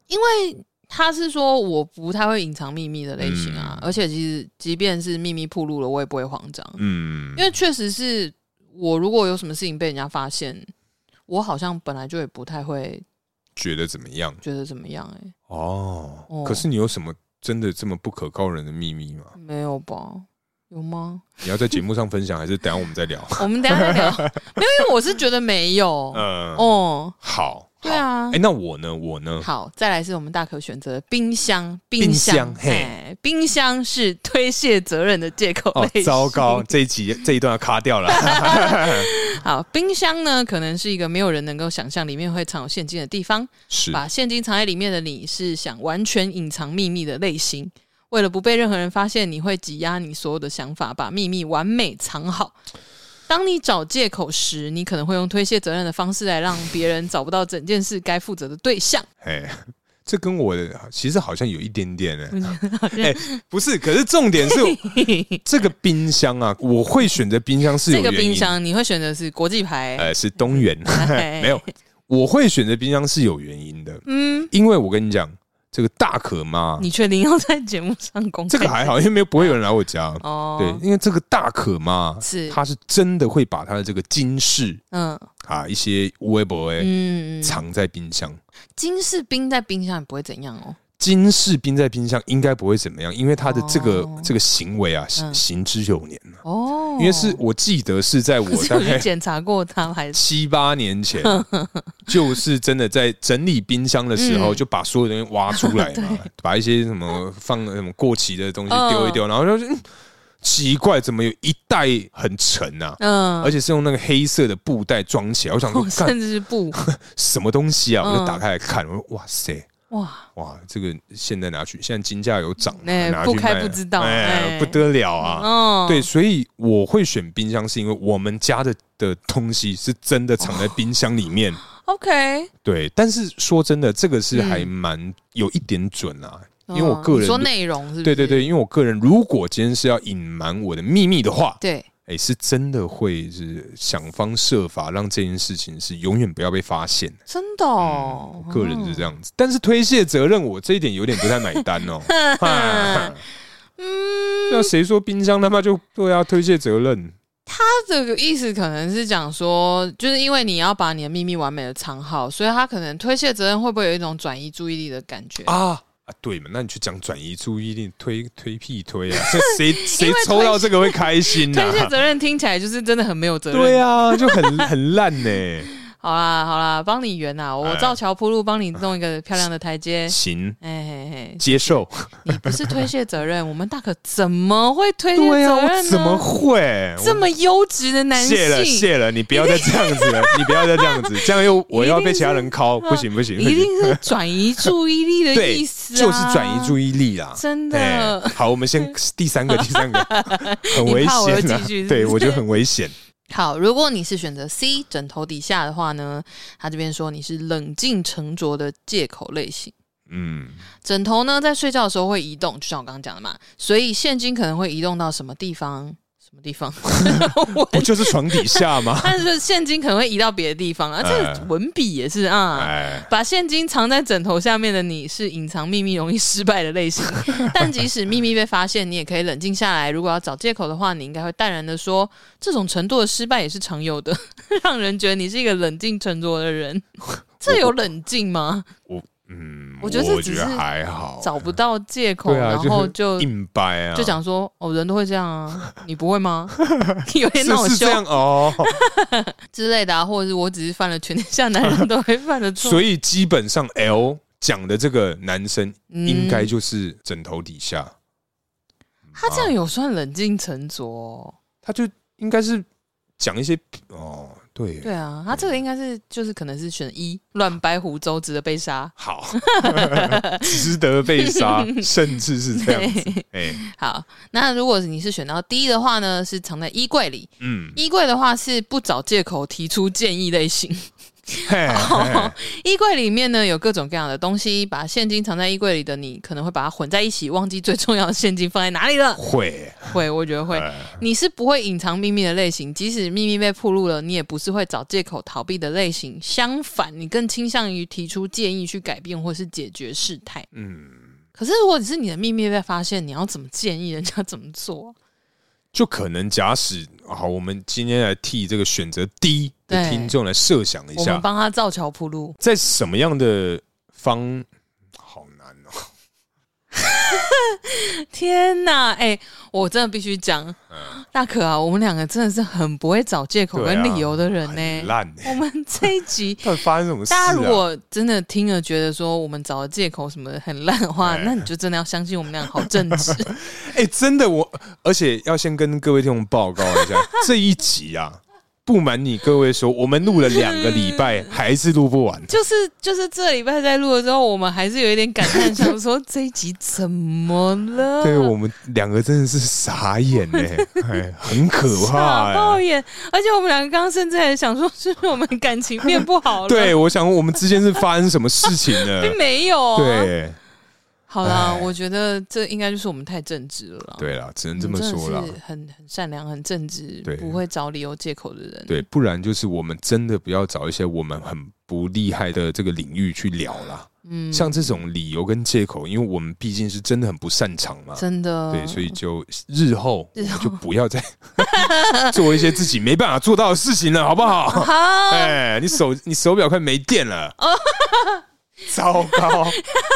A: 因为他是说我不太会隐藏秘密的类型啊，而且其实即便是秘密暴露了，我也不会慌张，
B: 嗯嗯
A: 因为确实是我如果有什么事情被人家发现，我好像本来就也不太会
B: 觉得怎么样？
A: 觉得怎么样、欸，
B: 哦，
A: 哦
B: 可是你有什么真的这么不可告人的秘密吗？
A: 没有吧？有吗？
B: 你要在节目上分享，还是等一下我们 再聊？
A: 我们等一下再聊，没有，因为我是觉得没有。
B: 嗯，
A: 哦，
B: 好，
A: 对啊
B: 哎、诶那我呢？我呢？
A: 好，再来是我们大可选择的冰箱，
B: 嗯冰
A: 箱
B: 箱，嘿
A: 哎，冰箱是推卸责任的借口
B: 哦
A: 类，型
B: 糟糕，这一集这一段要卡掉了。
A: 好，冰箱呢，可能是一个没有人能够想象里面会藏有现金的地方。
B: 是，
A: 把现金藏在里面的你，是想完全隐藏秘密的类型。为了不被任何人发现，你会挤压你所有的想法，把秘密完美藏好。当你找借口时，你可能会用推卸责任的方式来让别人找不到整件事该负责的对象。
B: 哎，这跟我的其实好像有一点点呢。哎，不是，可是 重点是这个冰箱啊，我会选择冰箱是有
A: 这个
B: 原因
A: 冰，箱你会选择是国际牌，
B: 呃，是东元，
A: 哎
B: 没有，我会选择冰箱是有原因的，
A: 嗯，
B: 因为我跟你讲，这个大可妈，
A: 你确定要在节目上公开
B: 这个还好，因为没有不会有人来我家。
A: 哦，
B: 对，，因为这个大可妈
A: 是
B: 她是真的会把她的这个金饰
A: 嗯
B: 啊，一些微博哎
A: 嗯，
B: 藏在冰箱。
A: 金士冰在冰箱也不会怎样哦，
B: 金饰冰在冰箱应该不会怎么样，因为他的这个、
A: 哦
B: 这个行为啊，行
A: 嗯
B: 行之有年了、
A: 哦，
B: 因为是我记得是在
A: 可
B: 我
A: 是
B: 大
A: 我去
B: 概
A: 检查过它，还是
B: 七八年前， 就是真的在整理冰箱的时候，
A: 嗯
B: 就把所有东西挖出 来嘛，把一些什么放什么过期的东西丢一丢，然后就是、嗯奇怪，怎么有一袋很沉啊？
A: 嗯
B: 而，且是用那个黑色的布袋装起来，我想说，
A: 哦
B: 干
A: 甚至是 布，
B: 什么东西啊？我就
A: 嗯
B: 打开来看，我说哇塞，
A: 哇，
B: 哇，这个现在拿去，现在金价有涨，
A: 哎
B: 拿去
A: 不开
B: 卖
A: 不知道哎
B: 不得了啊！
A: 哦，
B: 对，，所以我会选冰箱，是因为我们家的的东西是真的藏在冰箱里面。
A: OK，
B: 对，但是说真的，这个是
A: 哦嗯
B: 还蛮有一点准啊，因为我个
A: 嗯你
B: 人
A: 说内容是不是，
B: 对对对，因为我个人如果今天是要隐瞒我的秘密的话，
A: 对，
B: 哎，是真的会是想方设法让这件事情是永远不要被发现。
A: 真的
B: 我
A: 哦，
B: 嗯个人是这样子，但是推卸责任，我这一点有点不太买 单哦。 哈
A: 嗯
B: 那谁说冰箱他妈就对啊推卸责任？
A: 他这个意思可能是讲说，就是因为你要把你的秘密完美的藏好，所以他可能推卸责任，会不会有一种转移注意力的感觉？
B: 啊啊，对嘛？那你去讲转移注意力，推推屁推 啊！这谁谁抽到这个会开心呐、
A: 推卸责任听起来就是真的很没有责任。
B: 对啊，就很很烂呢、
A: 好啦好啦，帮你圆啦，我
B: 哎
A: 照桥铺路，帮你弄一个漂亮的台阶。
B: 行，
A: 哎嘿嘿，
B: 接受。
A: 你不是推卸责任，我们大可怎么会推卸责
B: 对啊，
A: 任呢？
B: 我怎么会？
A: 这么优质的
B: 我
A: 男性？
B: 谢了谢了，你不要再这样子了，你不要再这样子，这样又我又要被其他人敲，
A: 啊
B: 不行不行，不
A: 一
B: 行。
A: 定是转移注意力的
B: 对
A: 意，思、啊，
B: 就是转移注
A: 意。
B: 意力啦。
A: 真的
B: 哎好，我们先 第三个，第三个很危
A: 你怕我
B: 险
A: 又
B: 啊
A: 继续是不是！
B: 对，我觉得很危险。
A: 好，如果你是选择 C 枕头底下的话呢，他这边说你是冷静沉着的借口类型。
B: 嗯，
A: 枕头呢，在睡觉的时候会移动，就像我刚刚讲的嘛，所以现金可能会移动到什么地方？什么地 方？我
B: 不就是床底下 吗？
A: 但是现金可能会移到别的地方啊。这个
B: 哎
A: 文笔也是啊。
B: 哎，
A: 把现金藏在枕头下面的你是隐藏秘密容易失败的类 型，但即使秘密被发现，你也可以冷静下来。如果要找借口的话，你应该会淡然的说，这种程度的失败也是常有的， 让人觉得你是一个冷静沉着的人。这有冷静吗？
B: 嗯，
A: 我觉得这只是
B: 还好，
A: 找不到借口，
B: 哦对啊，
A: 然后就是
B: 硬掰啊，
A: 就讲说，哦，人都会这样 啊，你不会吗？有点
B: 是
A: 恼
B: 是
A: 羞
B: 这样 哦，
A: 之类的啊，或者是我只是犯了全天下男人都会犯的错，
B: 所以基本上 L 讲的这个男生
A: 嗯
B: 应该就是枕头底下，
A: 他这样有算冷静沉着哦、
B: 他就应该是讲一些哦，对耶，
A: 对啊，他这个应该是就是可能是选一乱掰湖州值得被杀。
B: 好， 值得被 杀，甚至是这样子。哎，
A: 好，那如果你是选到 D 的话呢，是藏在衣柜里。
B: 嗯，
A: 衣柜的话是不找借口提出建议类型。
B: 嘿
A: 哦
B: 嘿
A: 衣柜里面呢有各种各样的东西，把现金藏在衣柜里的你，可能会把它混在一起，忘记最重要的现金放在哪里了。
B: 会
A: 会，我觉得会。
B: 哎
A: 你是不会隐藏秘密的类型，即使秘密被暴露了，你也不是会找借口逃避的类型。相反，你更倾向于提出建议去改变或是解决事态。
B: 嗯，
A: 可是，如果只是你的秘密被发现，你要怎么建议人家怎么做啊？
B: 就可能假使好，我们今天来替这个选择 D 的
A: 对
B: 听众来设想一
A: 我们
B: 下，
A: 帮他造桥铺路。
B: 在什么样的方，好难哦。
A: 天哪，哎、我真的必须讲，大可啊，我们两个真的是很不会找借口
B: 嗯对啊
A: 跟理由的人呢、
B: 很烂 欸
A: 我们这一集
B: 到底发生什么事
A: 大家
B: 啊？
A: 如果真的听了觉得说我们找的借口什么的很烂的话，
B: 哎
A: 那你就真的要相信我们俩好正直。
B: 哎、真的我，而且要先跟各位听众报告一下，这一集啊，不瞒你各位说，我们录了两个礼拜，还是 录不完。
A: 就是就是这礼拜在录的时候，我们还是有一点感叹，想说这一集怎么了？
B: 对我们两个真的是傻眼呢、 哎，很可怕、
A: 傻
B: 哎
A: 爆眼！而且我们两个刚刚甚至还想说，是不是我们感情变不好了？
B: 对，，我想问我们之间是发生什么事情 呢？
A: 并没有、啊。，
B: 对，
A: 好啦
B: 哎，
A: 我觉得这应该就是我们太正直了啦。
B: 对了，只
A: 我
B: 能
A: 们
B: 这
A: 真
B: 么
A: 的
B: 说了
A: 是。很很善良、很正直
B: 对，
A: 不会找理由借口的人。
B: 对，不然就是我们真的不要找一些我们很不厉害的这个领域去聊啦。
A: 嗯，
B: 像这种理由跟借口，因为我们毕竟是真的很不擅长嘛。
A: 真的
B: 对，所以就日后我
A: 日
B: 们
A: 后
B: 就不要再 做一些自己没办法做到的事情了，好不 好？
A: 好。
B: 哎，你手你手表快没电了，
A: 哦
B: 糟 糕！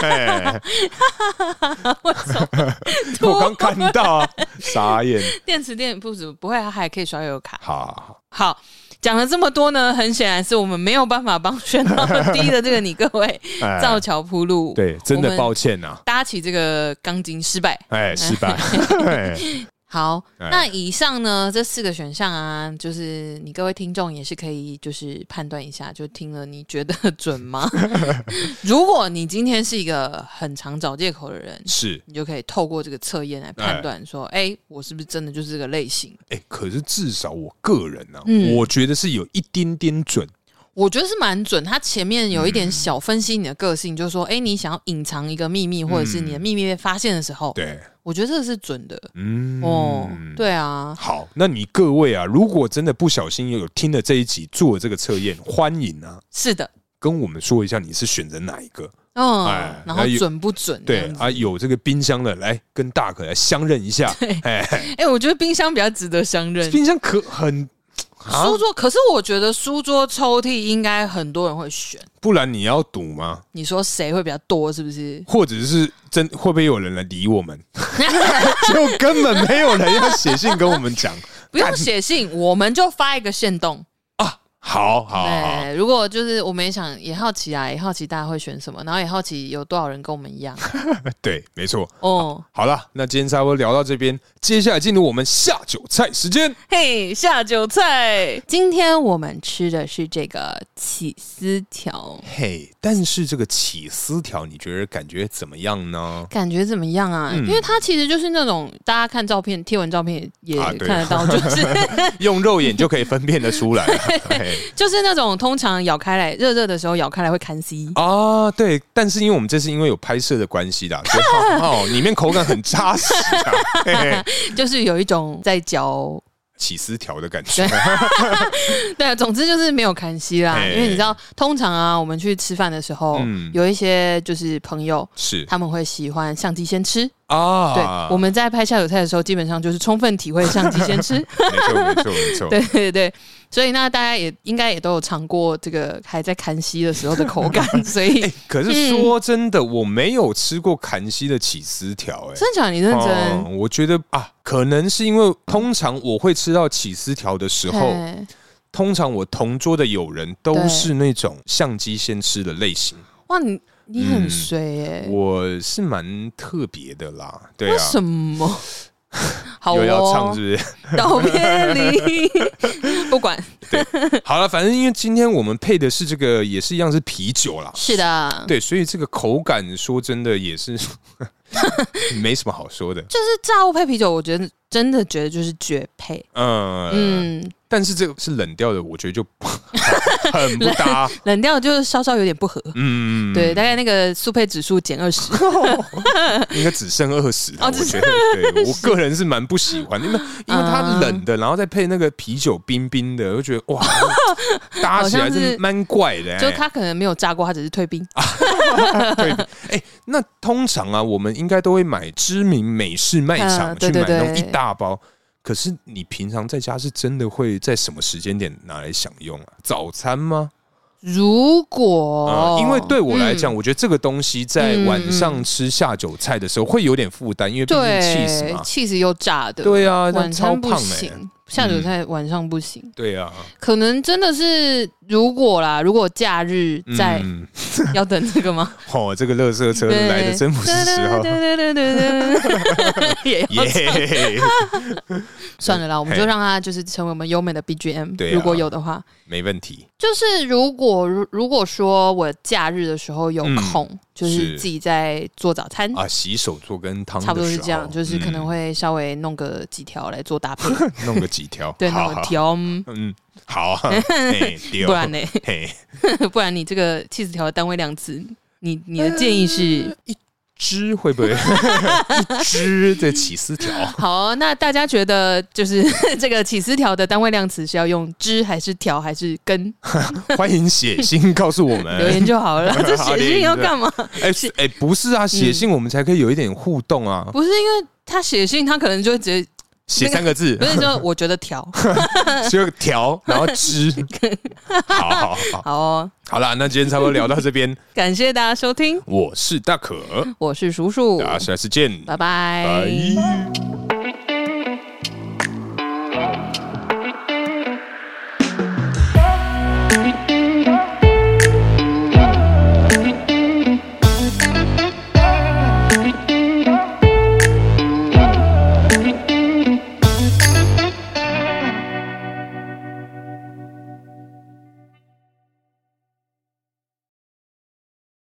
B: 哎， 我刚看到啊，傻眼。
A: 电池电不止不会，它还可以刷悠游卡。
B: 好好，好
A: 好，讲了这么多呢，很显然是我们没有办法帮选到低的这个你各位
B: 哎
A: 造桥铺路。
B: 对，真
A: 我
B: 的
A: 们
B: 抱歉呐，
A: 搭起这个钢筋失败。
B: 哎，失败。哎
A: 好，
B: 哎
A: 那以上呢这四个选项啊，就是你各位听众也是可以就是判断一下，就听了你觉得准 吗？如果你今天是一个很常找借口的人，
B: 是，
A: 你就可以透过这个测验来判断说，哎、我是不是真的就是这个类型？
B: 哎，可是至少我个人呢，
A: 嗯
B: 我觉得是有一丁点准。
A: 我觉得是蛮准。他前面有一
B: 嗯
A: 点小分析你的个性，就是说，哎、你想要隐藏一个秘密，或者是你的秘密被发现的时候，
B: 嗯对，
A: 我觉得这个是准的。
B: 嗯，
A: 哦，对啊，
B: 好，那你各位啊，如果真的不小心有听了这一集做了这个测验，欢迎啊
A: 是的，
B: 跟我们说一下你是选择哪一个。
A: 嗯，
B: 哎
A: 然后
B: 那有
A: 准不准？这
B: 对
A: 样子
B: 啊，有这个冰箱的来跟大可来相认 一下。哎，
A: 哎、我觉得冰箱比较值得相认。
B: 冰箱可很啊，
A: 书桌，可是我觉得书桌、抽屉应该很多人会选。
B: 不然你要赌吗？
A: 你说谁会比较多？是不是？
B: 或者是真会不会有人来理 我们？就根本没有人要写信跟我们 讲。
A: 不用
B: 干
A: 写信，我们就发一个限动。哎
B: 好好好，
A: 对，如果就是我们也想也好奇啊，也好奇大家会选什么，然后也好奇有多少人跟我们一样
B: 对，没错。
A: 哦。
B: 好了，那今天差不多聊到这边，接下来进入我们下酒菜时间。
A: 嘿下酒菜，今天我们吃的是这个起司条，
B: 嘿，但是这个起司条，你觉得感觉怎么样 呢？
A: 感觉怎么样啊？
B: 嗯
A: 因为它其实就是那种大家看照片、贴文照片也
B: 啊
A: 看
B: 对
A: 得到，就是
B: 用肉眼就可以分辨得出来了。嘿
A: 就是那种通常咬开来热热的时候咬开来会看 C。
B: 啊，对，但是因为我们这是因为有拍摄的关系 啦，所以哦，里面口感很扎实啊，嘿嘿
A: 就是有一种在嚼，
B: 起司条的感觉。
A: 对，啊总之就是没有看息啦。
B: 嘿
A: 因为你知道，通常啊，我们去吃饭的时候，
B: 嗯
A: 有一些就是朋友，
B: 是
A: 他们会喜欢相机先吃。
B: 啊，
A: 对，我们在拍下酒菜的时候，基本上就是充分体会相机先吃。
B: 没错没错没错，
A: 对对对，所以那大家也应该也都有尝过这个还在看息的时候的口感， 所以
B: 哎、可是说真的，我没有吃过坎西的起司条、哎。
A: 真假你认真。
B: 哦我觉得啊，可能是因为通常我会吃到起司条的时候，
A: 嘿
B: 通常我同桌的友人都
A: 对
B: 是那种相机先吃的类型，
A: 哇，你你很
B: 嗯
A: 水耶、
B: 我是蛮特别的啦，对啊，
A: 为什么？好
B: 又要唱
A: 哦，
B: 是不是？
A: 道别离， 不管
B: 好了，反正因为今天我们配的是这个，也是一 样是啤酒啦。
A: 是的，
B: 对，所以这个口感说真的也是 没什么好说的。
A: 就是炸物配啤酒，我觉得真的觉得就是绝配。
B: 嗯嗯，
A: 嗯，
B: 但是这个是冷掉的，我 觉得就 很不搭。
A: 冷掉就是稍稍有点不合。
B: 嗯，
A: 对，，大概那个速配指数减二十，
B: 应该只剩二十了。
A: 哦
B: 我
A: 只
B: 觉得，对我个人是蛮不喜欢，因为因
A: 啊
B: 为它冷的，然后再配那个啤酒冰冰的，我就觉 得哇，搭起来
A: 好像是
B: 是蛮怪的、欸。
A: 就他可能没有炸过，他只是退冰。
B: 啊 对，哎、那通常啊，我们应该都会买知名美式卖场、
A: 嗯对
B: 去买
A: 对
B: 那种一
A: 对
B: 大包。可是你平常在家是真的会在什么时间点拿来享用啊？早餐吗？
A: 如
B: 啊
A: 果，
B: 因为对我来讲，
A: 哦嗯
B: 我觉得这个东西在晚
A: 嗯
B: 上吃下酒菜的时候会有点负担，因为毕竟气死
A: 对
B: 嘛。
A: 气死又炸的，
B: 对啊，那
A: 晚
B: 超
A: 餐不
B: 胖哎、
A: 行，下酒菜晚上不行，
B: 对啊，
A: 可能真的是如果啦，如果假日在
B: 嗯，
A: 要等这个吗？
B: 哦，这个乐色车
A: 对
B: 来的真不是时候，
A: 对对对对对对， 也要
B: 耶！
A: 算了啦，我们
B: 嘿
A: 就让它就是成为我们优美的 BGM，
B: 对啊
A: 如果有的话。
B: 没问题，
A: 就是如果如如果说我假日的时候有
B: 嗯
A: 空，就是
B: 是
A: 自己在做早餐，
B: 啊，洗手做跟汤的
A: 差不多是
B: 时候
A: 这样，就是可能
B: 嗯
A: 会稍微弄个几条来做搭 配，
B: 弄个几条，
A: 对，
B: 好
A: 弄个
B: 好
A: 条，
B: 嗯， 好啊，嘿
A: 不然，
B: 对
A: 呢？
B: 嘿，
A: 不然你这个七十条的单位量词，你你的建议是？
B: 汁 会不会一汁这起司条？
A: 好，哦那大家觉得就是 这个起司条的单位量词是要用枝还是条还是根？
B: 欢迎写信告诉我
A: 留
B: 们。
A: 言就哎 好了，这写信要干嘛？
B: 哎哎，不是啊，写信我们才可以有一点互动啊。
A: 嗯不是因为他写信，他可能就会直接
B: 写三个字
A: 不，是说我觉得条
B: 就条，然后 汁。好好好，
A: 好哦。
B: 好啦，那今天差不多聊到这边。
A: 感谢大家收听，
B: 我是大可，
A: 我是叔叔，
B: 大家下次见，
A: 拜拜。
B: 拜。